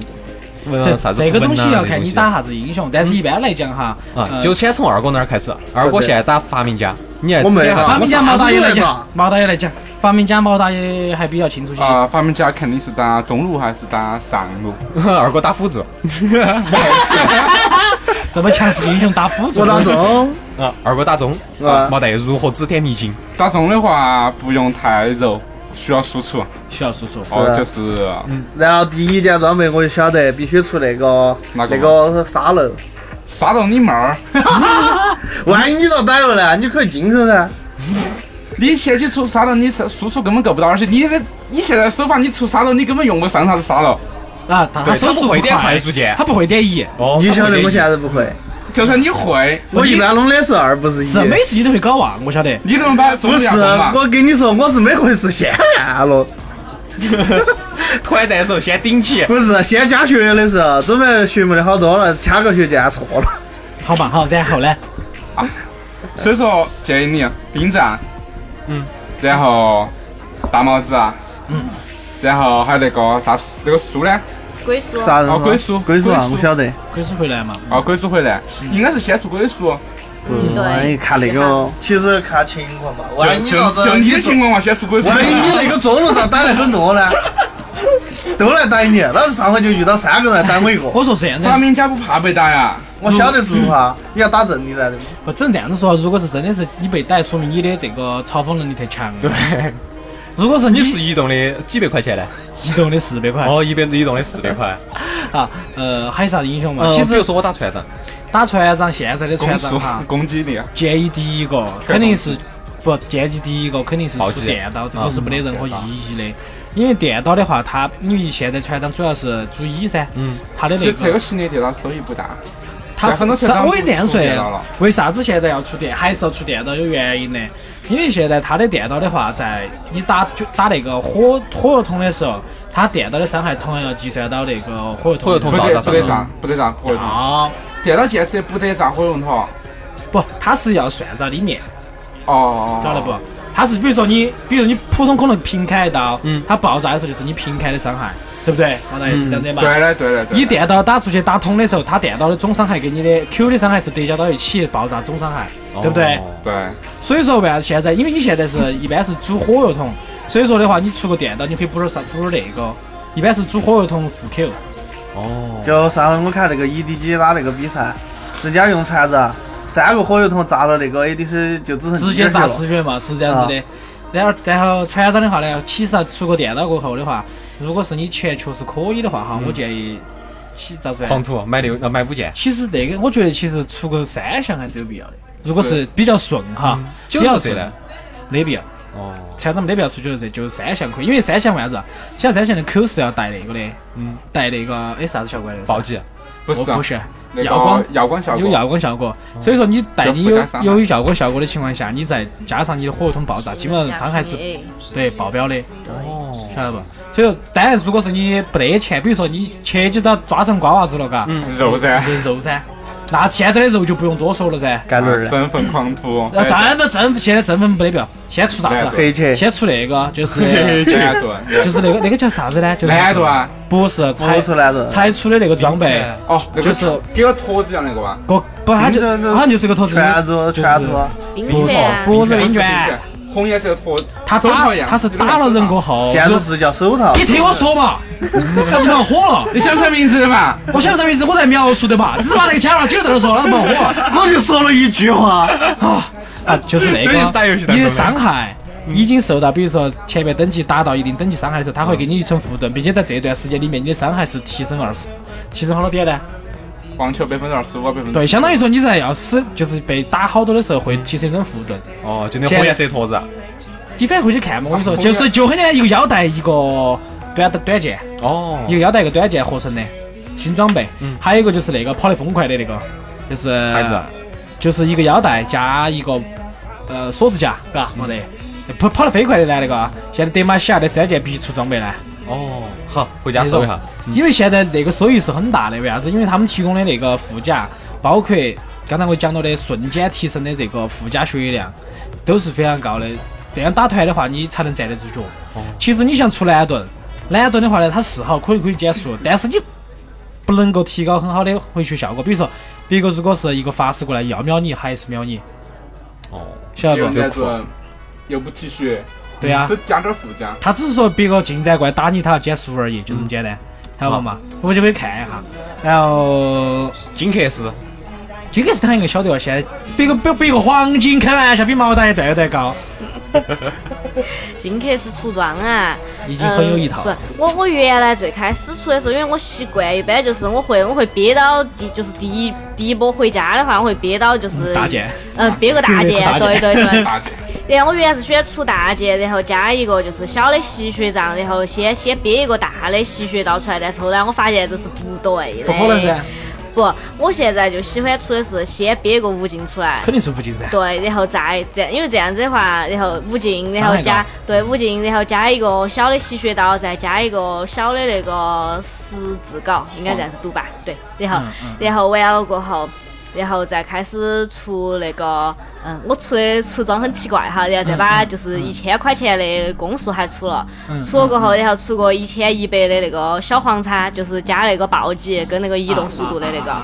呃，
这
啥子
这个
符
东
文呐
西要看
那
你
些
打啥子英雄，但是一般来讲哈，
啊，
呃
就先从二哥那儿开始。二哥
对对
现在打发明家，你来
我
指
没
点
打
发
哈
明家毛大爷来
我啥子都没
讲
打，
毛大爷来讲，发明家毛大爷还比较清楚些。
啊，发明家肯定是打中路还是打上路？
二哥打辅助，
这么强势的英雄打辅助，
我当中
啊，二哥打中，
啊
毛大爷如何指点迷津？
打中的话不用太柔，需要输
啊
出。
需要输出。
哦，就是
然后第一件装备我就晓得必须出那个
哪个
那个沙漏，
杀到你
[laughs]
妹儿！
万一你遭逮了呢，你可以精神噻。
你前期出沙漏，你是输出根本够不到，而且你的你现在手法，你出沙漏，你根本用不上啥子沙漏。
啊，他他
对
手
他
速
不会点
快
快速键
他不会点一，
哦，
你
他
晓
不
得
会
我现
点
在不会，
就算你会，
我一般弄的是二，不是一。
是每次你都会搞忘，我晓得。
你能把中
不
路
是啊
压崩嘛？，
我跟你说，我是没回事啊先按了，
团战的时候先顶起，
不是先加血的时候，准备血没的好多了，掐个血就按错了。
好嘛好，然后呢？
所以说建议你兵站，嗯，然后大帽子啊，嗯，然后还有那个啥那个书呢？
龟叔，
啥人
哦
啊？
龟叔
龟叔啊
龟，叔
我晓得。
可以是回来嘛？
哦，龟叔回来应该是先出龟叔，
嗯对
万一哎看那个，其实看情况吧。万一你
就
到
就
这，哎
你的情况嘛，先出龟叔。
万一你那个中路上逮了很多 [laughs] 呢，都来逮你。老子上回就遇到三个人逮我一个，
我说这样子
发，明家不怕被打呀？
我晓得是不怕，你要打正敌来的嘛。
不只能这样子说，如果是真的是你被逮，说明你的这个嘲讽能力特强。对。如果是
你是移动的几百块钱呢？
移动的四百块，
哦，一百移动的四百块。
啊，呃，还有啥子英雄嘛？
呃
其
比如
实
说我打船长，
打船长，现在的船
攻
长
速
哈，
攻击力，
建议第一个肯定是不建议第一个肯定是
暴
出
击
电刀，这个
啊
是没得任何意义的。因为电刀的话，它因为现在船长主要是主一噻，
嗯，
它的
其
那
实这
个
个系列电脑收益不大，
它是
很多船长
稍微
不
电
出
税
电刀了，
为啥子现在要出电还是要出电刀有原因的。因为现在它的电刀的话，在你打就打那个火火药桶的时候，它电刀的伤害同样要计算到那个火药桶
火药桶
不
爆
得
炸
不
伤
得
了。
炸，不得炸火龙头，
啊，
电脑建设不得炸火龙头。
不，它是要算到里面。
哦，
晓得不？？它是比如说你，比如你普通可能平砍一刀，
嗯
它爆炸的时候就是你平砍的伤害，对不对？好像也是这样子嘛。
嗯对的，对的，对的。
你电刀打出去打通的时候，它电刀的总伤害跟你的 Q 的伤害是叠加到一起，爆炸总伤害，对不对？
哦
对，
所以说为啥子现在，因为你现在是一般是主火药桶，所以说的话，你出个电刀，你可以补点啥，补点那个，一般是主火药桶副 Q。
哦，
就上回我看那个 E EDG 打那个比赛，人家用铲子三个火药桶炸了那个 ADC 就只剩
直
几
接
根
炸
了
死。血嘛，是这样子的。然后，然后船长的话呢，其实啊出个电脑过后的话，如果是你钱确实可以的话哈，我建议起咋说
狂
呢？
徒买六呃买五件，
其实那个，我觉得其实出个三项还是有必要的。如果是比较顺哈，
九
比较
十岁
顺
的。
没必要。
哦，
船长没得必要出九十岁，就三项可以，因为三项为啥子啊？像三项的 Q 是要带那个的，
嗯，
带那个哎啥子效果来着？
暴击，
不是啊
哦不是
那
耀光
个耀光效果嗯
有耀光效果，所以说你带你
就附
有
加伤害
有耀光效果的情况下，你再加上你的火药桶爆炸，基本上伤害是
对
对爆表的，
哦，
晓得不？所以说，当然，如果是你不得钱，比如说你前几遭抓成瓜娃子了，嘎，
肉噻，
就是肉噻，那现在的肉就不用多说了噻。
盖轮儿了，
真粉狂徒，
那振奋振奋，现在振奋没得必要，先出啥子
黑切
啊？先出那个，
[laughs]
就是
难度，
就是那个那个叫啥子呢？就是
难度啊！
不是
不
才
出来了。
才出的那个装备，
哦，那个
就是
给个坨子一样那个吧，
个不，它就
这这
好像就是个头子，
拳头，
就是
拳头，
冰
不是
拳啊，
不是
冰
冰
拳
拳，，
红颜色的坨，
他
手套
打
一样
他是打了人过，后，
现在哦是叫手套
你。听我说嘛，他是不火了？
你想不想名字嘛？
我想不上名字，我在描述的嘛，只是把那个假发揪在那说，他冒火
我就说了一句话，
啊啊，就是那
这就是打游戏
个，
当中的
你的伤害已经受到，比如说前面等级打到一定等级伤害的时候，他会给你一层护盾，并且在这段时间里面，你的伤害是提升二十，提升好多点呢？
网球百分之二十五，百分之
对，相当于说你在要死，就是被打好多的时候会提升一根护盾。
哦，就那红颜色的坨子，
你反正回去看嘛，我跟你说，
啊
就是就很简单，一个腰带，一个短短剑，
哦，
一个腰带一个短剑合成的新装备，还有一个就是那个跑得疯快的那个，就是
孩子，啊
就是一个腰带加一个呃锁子夹，嘎，没得。跑跑得飞快的呢，那个现在德玛西亚的三件必须出装备呢，
哦，好，回家搜一下，嗯
因为现在那个收益是很大的，为啥子？因为他们提供的那个附加，包括刚才我讲到的瞬间提升的这个附加血量，都是非常高的。这样打团的话，你才能站得住脚。
哦
其实你像出蓝盾，蓝盾的话呢，它是好可以可以减速，但是你不能够提高很好的回血效果。比如说，别个如果是一个法师过来要秒你，还是秒你，
哦，
晓得
又
不？
那个又不提血，
对啊呀、
只加点附加，
他只是说别个进展怪打你，他要减速而已，就这么简单，晓得不嘛？我就可以看一下。然后
金克斯，
这个是他应该晓得哦，现在别个别别个黄金开玩笑，比毛蛋一段有点高，
金克斯出装啊，
已经很有一套。
嗯不，我我原来最开始出的时候，因为我习惯一般就是我会我会憋到第就是第一第一波回家的话，我会憋到就是
大件，
嗯，憋个
[laughs]
大
绝对是
件
大，件
对对对。
大姐，
然后我原来是选出大件，然后加一个就是小的吸血杖，然后先先憋一个大的吸血刀出来，但是后来我发现这是不对的。
不可能噻，
不，我现在就喜欢出的是先憋一个无尽出来。
肯定是不进噻。
对，然后再这样，因为这样子的话，然后五进，然
伤
后
害
加
高
对五进，然后加一个小的吸血刀，再加一个小的那个十字镐，应该这样子读吧？对，然后、
嗯嗯
然后完了过后，然后再开始出那个，嗯，我出的出装很奇怪哈，然后再把就是一千块钱的攻速还出了，
嗯
出了过后，然后出个一千一百的那个小黄叉，就是加那个暴击跟那个移动速度的那个。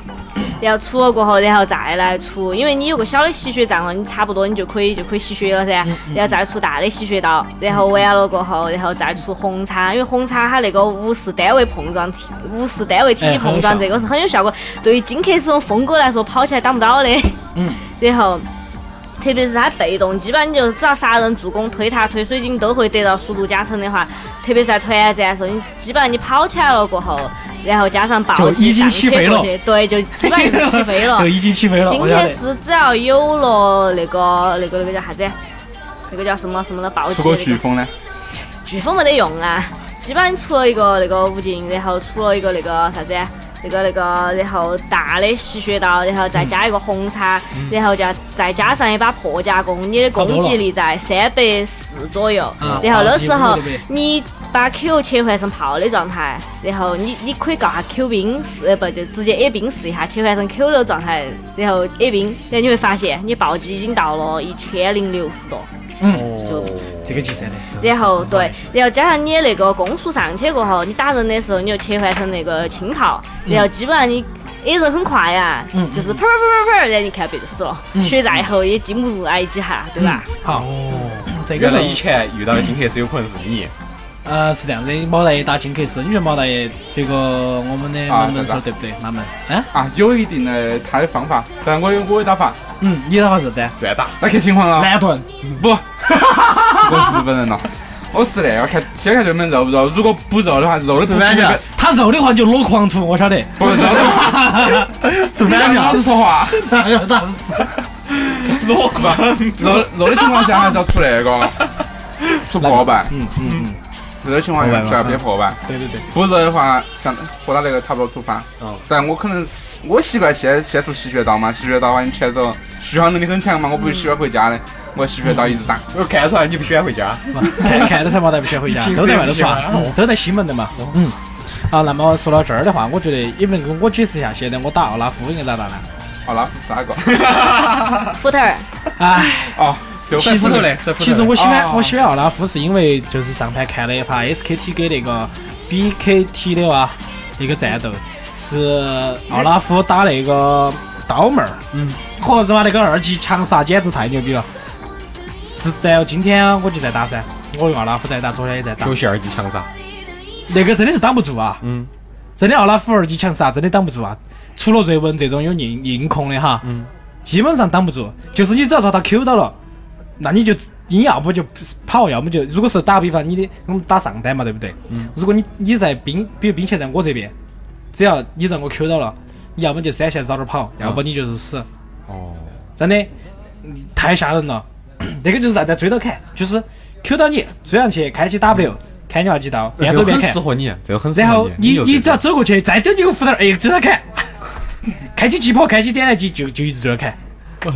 然后出了过后，然后再来出，因为你有个小的吸血账了，你差不多你就可以就可以吸血了噻。
嗯
然后再出大的吸血刀，然后完了过后，然后再出红叉，因为红叉它那个无视单位碰撞体，无视单位体积
哎很有
碰撞
效
这个是
嗯
[laughs] 很有效果。对于金克斯这种疯狗来说，跑起来挡不到的。然后特别是他被动，基本上你就只要杀人、助攻、推塔、推水晶都会得到速度加成的话，特别是在团战的时候，你基本上你跑起来了过后，然后加上暴
就
击
已经
上
起
切
飞
过
了
去，对，就基本上就起飞了
[laughs] 就。已经起飞了。
今
我晓
天
得。
是只要有了那个那个那个叫啥子，那个叫什么什么的暴击，
出个
那
飓
个
风呢？
飓风没得用啊，基本上除了一个那个无尽，然后除了一个那个啥子，啊那个那个，然后大的吸血刀，然后再加一个红叉，然后加再加上一把破甲弓，你的攻击力在三百四左右，然后那时候你把 Q 切换成炮的状态，然后你你可以告下 Q 兵试，呃不就直接 A 兵试一下，切换成 Q 的状态，然后 A 兵，然后你会发现你暴击已经到了一千零六十多，就
这个计算的是。
然后对，然后加上你的那个攻速上去过后，你打人的时候你就切换成那个轻炮，
嗯
然后基本上你 A 人很快呀，就是砰砰砰砰，然后你看别就死了，
嗯
血再厚也禁不住挨几下，对吧？
好，这个
原
时
来
候
以前遇到的金克斯有可能是你，
呃是这样子的，毛大爷打金克斯，你觉得毛大爷这个我们的
啊
南门
是
说
吧
对不对？南门，啊，
啊，有一定的他的方法，但我有我的打法，
嗯，你的话是啥子？
乱打。
那看情况了。
南盾，
不， [laughs] 我是日本人了。我是那要看先看对面肉不肉，如果不肉的话，肉的不
软
是
件
日本，
他肉的话你就裸狂徒，我晓得。
不肉的
吃
不
饭
是
去
老子说话。
啥要打死？裸狂。
肉肉的情况下还是要出那个，出破败。嗯嗯嗯。肉的情况下需要偏破败，
对对对，
[laughs]
不肉的话像和他那个差不多出发。
哦
但我可能是我习惯先先出吸血刀嘛，吸血刀的话你前头续航能力很强嘛，我不是喜欢回家的，我吸血刀一直打。
我看出来你不喜欢回家，
看看得出来毛大爷不喜欢回家，
平时
都在外头
也不喜啊欢
耍，嗯都在西门的嘛。嗯。啊，那么说到这儿的话，我觉得也不能跟我解释一下，现在我打奥拉夫应该咋打呢？ [laughs]
好拉夫是哪个？
福特儿，
唉，
哦，就
其实
甩斧头嘞甩斧头嘞
其实我喜欢
哦
我喜欢奥拉夫是因为就是上盘看了一盘 SKT 给那个 BKT 的哇啊一个战斗，是奥拉夫打那个刀妹儿，嗯，可日妈那个二级强杀简直太牛逼了。自然后今天我就在打噻，我用奥拉夫在打，昨天也在打
九，十二级强杀。
那个真的是挡不住啊，
嗯，
真的奥拉夫二级强杀真的挡不住啊，除了瑞文这种有硬硬控的哈，
嗯，
基本上挡不住，就是你只要遭他 Q 到了，那你就你要不就跑，要么就如果是打比方你的我们打上单嘛，对不对？嗯，如果你你在兵，比如兵线在我这边，只要你让我 Q 到了，你要么就闪现早点跑，
嗯
要不你就是死，
哦，
真的嗯太吓人了。 [clears throat] 那个就是啥子追到砍，就是 Q 到你追上去开启 W，开你二几刀，边
这
走
个
边
嗯很
砍
适。合你，啊这个很适
然
合
后你
你
你只要
这
走过去，再丢你个斧头，哎，追他砍，开启疾跑，开启点燃机，就就一直追他砍，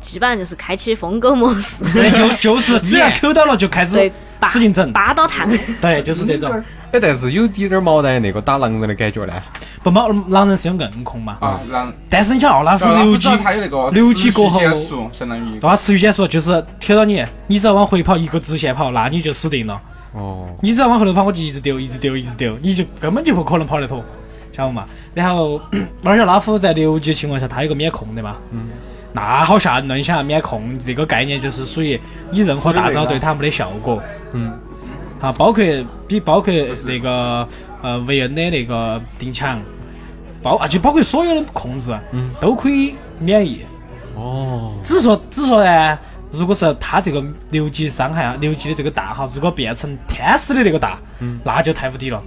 基本上就是开启疯狗模式，
真的就就是只要 Q 到了就开始
[laughs] 对，拔
使劲整，
拔刀烫，
对，就是这种。
哎，但是有滴点儿毛蛋那个打狼人的感觉呢。
不，猫狼人是有硬控嘛，
啊，让
但是你像奥拉夫
然后
六
不
级
知道他有那个，
六级过后
持续减速相当于一个
对。吧？持续减速就是贴到你，你只要往回跑一个直线跑，那你就死定了。
哦，
你只要往后头跑，我就一直丢，一直丢，一直丢，你就根本就不可能跑得脱，晓得不嘛？然后马尔小拉夫在六级的情况下，他有个免控的嘛，嗯，那好吓人了！你想免控这个概念就是属于你任何大招对他没得效果，
嗯，
啊，包括比包括那个呃维恩的那个定墙，包啊就包括所有的控制，嗯，都可以免疫，
哦，
只是说，只是说呢，如果是他这个六级伤害啊，六级的这个大哈，如果变成天使的那个大，那就太无敌了。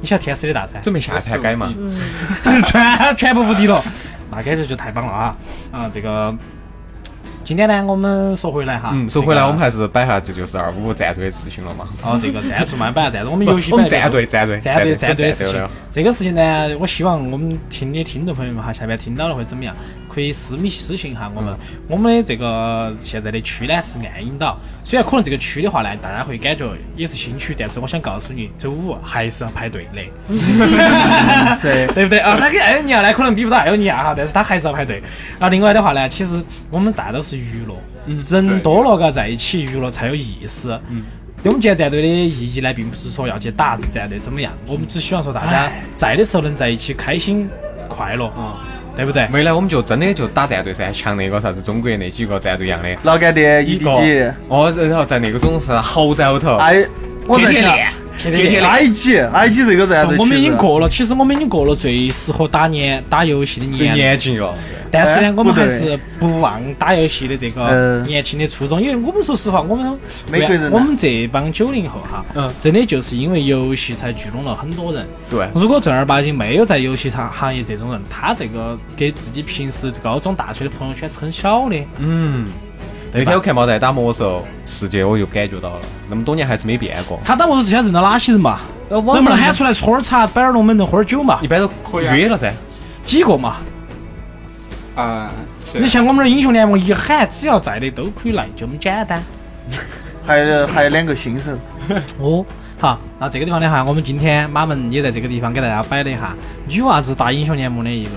你晓得天使的大噻，
准备下台该嘛？
[laughs] 全全部无敌了，那简直就太棒了啊！啊，这个今天呢，我们说回来哈，
嗯，说回来，我们
还
还是摆下这就是二五战队的事情了嘛。
哦这个战术慢板，战术我们游戏
不我们
版
战队，战队，
战队
战
战队的事情
了。，
这个事情呢，我希望我们听的听众朋友们哈，下边听到了会怎么样？可以私密私信哈我们。我们的这个现在的区呢是暗影岛，虽然可能这个区的话呢，大家会感觉也是新区，但是我想告诉你，周五还是要排队 [laughs] 的。
是，
[laughs] 对不对啊？他跟艾欧尼亚呢可能比不到艾欧尼亚哈，但是他还是要排队。啊，另外的话呢，其实我们大家都是娱乐，人多了嘎在一起娱乐才有意思。嗯。我们建战队的意义呢，并不是说要去打这战队怎么样，我们只希望说大家
哎
在的时候能在一起开心快乐，啊，对不对？
未来我们就真的就打战队噻，像那个啥子中国那几个战队一样的，
老干爹
一个
EDG，
哦，然后在那个种是吼在后头，
哎，我
天
在
天
想
练，
天
天天
天
练
IG IG 啊这个战队，
我们已经
过，
过了，其实我们已经过了最适合打年打游戏的
对
年龄。
年纪了，对
但是呢，我们
不
还
对
是不忘打游戏的这个
呃
年轻的初衷，因为我们说实话，我们
没
我
贵人
我
呐
们这帮九零后哈，
嗯
真的就是因为游戏才聚拢了很多人。
对，
如果正儿八经没有在游戏行行业这种人，他这个给自己平时高中、大学的朋友圈是很小的。
嗯。那天我看毛在打魔兽世界，我就感觉到了，那么多年还是没变过。
他当魔兽之前认到哪些人嘛？
呃，
能
网
不
上
能喊出来喝点茶、摆点龙门阵、喝点酒嘛
一？般都
可以啊
约了噻，
几个嘛？
啊，
你
是
像我们这儿英雄联盟一喊，只要在的都可以来，就这么简单。
还有还有两个新手，
哦，好，那这个地方的哈，我们今天马门也在这个地方给大家摆了一下女娃子打英雄联盟的一个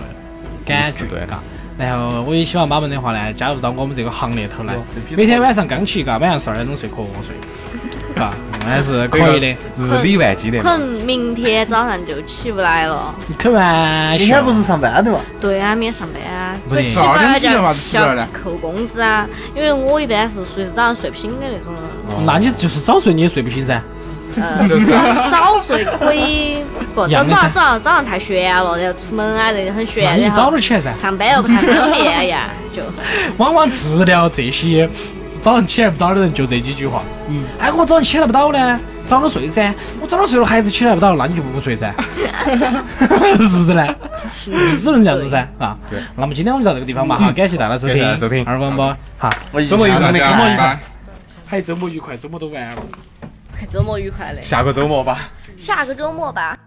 感觉
意思，对
嘎。然后我也希望马门的话呢，加入到我们这个行列头来
哇这逼。
每天晚上刚起，嘎，晚上十二点钟睡，瞌瞌睡，嘎，还是可以的。
日理万机的嘛
可。能明天早上就起不来了。
你开玩
明天
笑
不，是上班的嘛？
对啊，明天上班啊，
不
所
是
以起不来
早点起来嘛起
就
不来
要
了
扣工资啊。因为我一般是属于是早上睡不醒的那种人。
那你就是早睡你也睡不醒噻。
就是啊
呃，早睡可以，不
一
早
样的噻
早上早上早上太悬了，然后出门啊那就很
那
悬，
你
然
早
后
点起来噻，
上班又不太方便呀，就
往往治疗这些早上起来不到的人就这几句话。嗯，哎，我早上起来不到呢，早点睡噻。我早点睡了，孩子起来不到，那你就不睡噻， [laughs] 是不是呢？只能这样子噻，啊。
对。嗯
那么今天我们就到这个地方吧，哈，感谢大家收
感谢大
听
家收听
二广播，哈，
我
周末愉快
都没
大
看
周末
家拜
愉快
拜。
还有周末愉快，周末都完了。
快周末愉快嘞，
下个周末吧。
下个周末吧。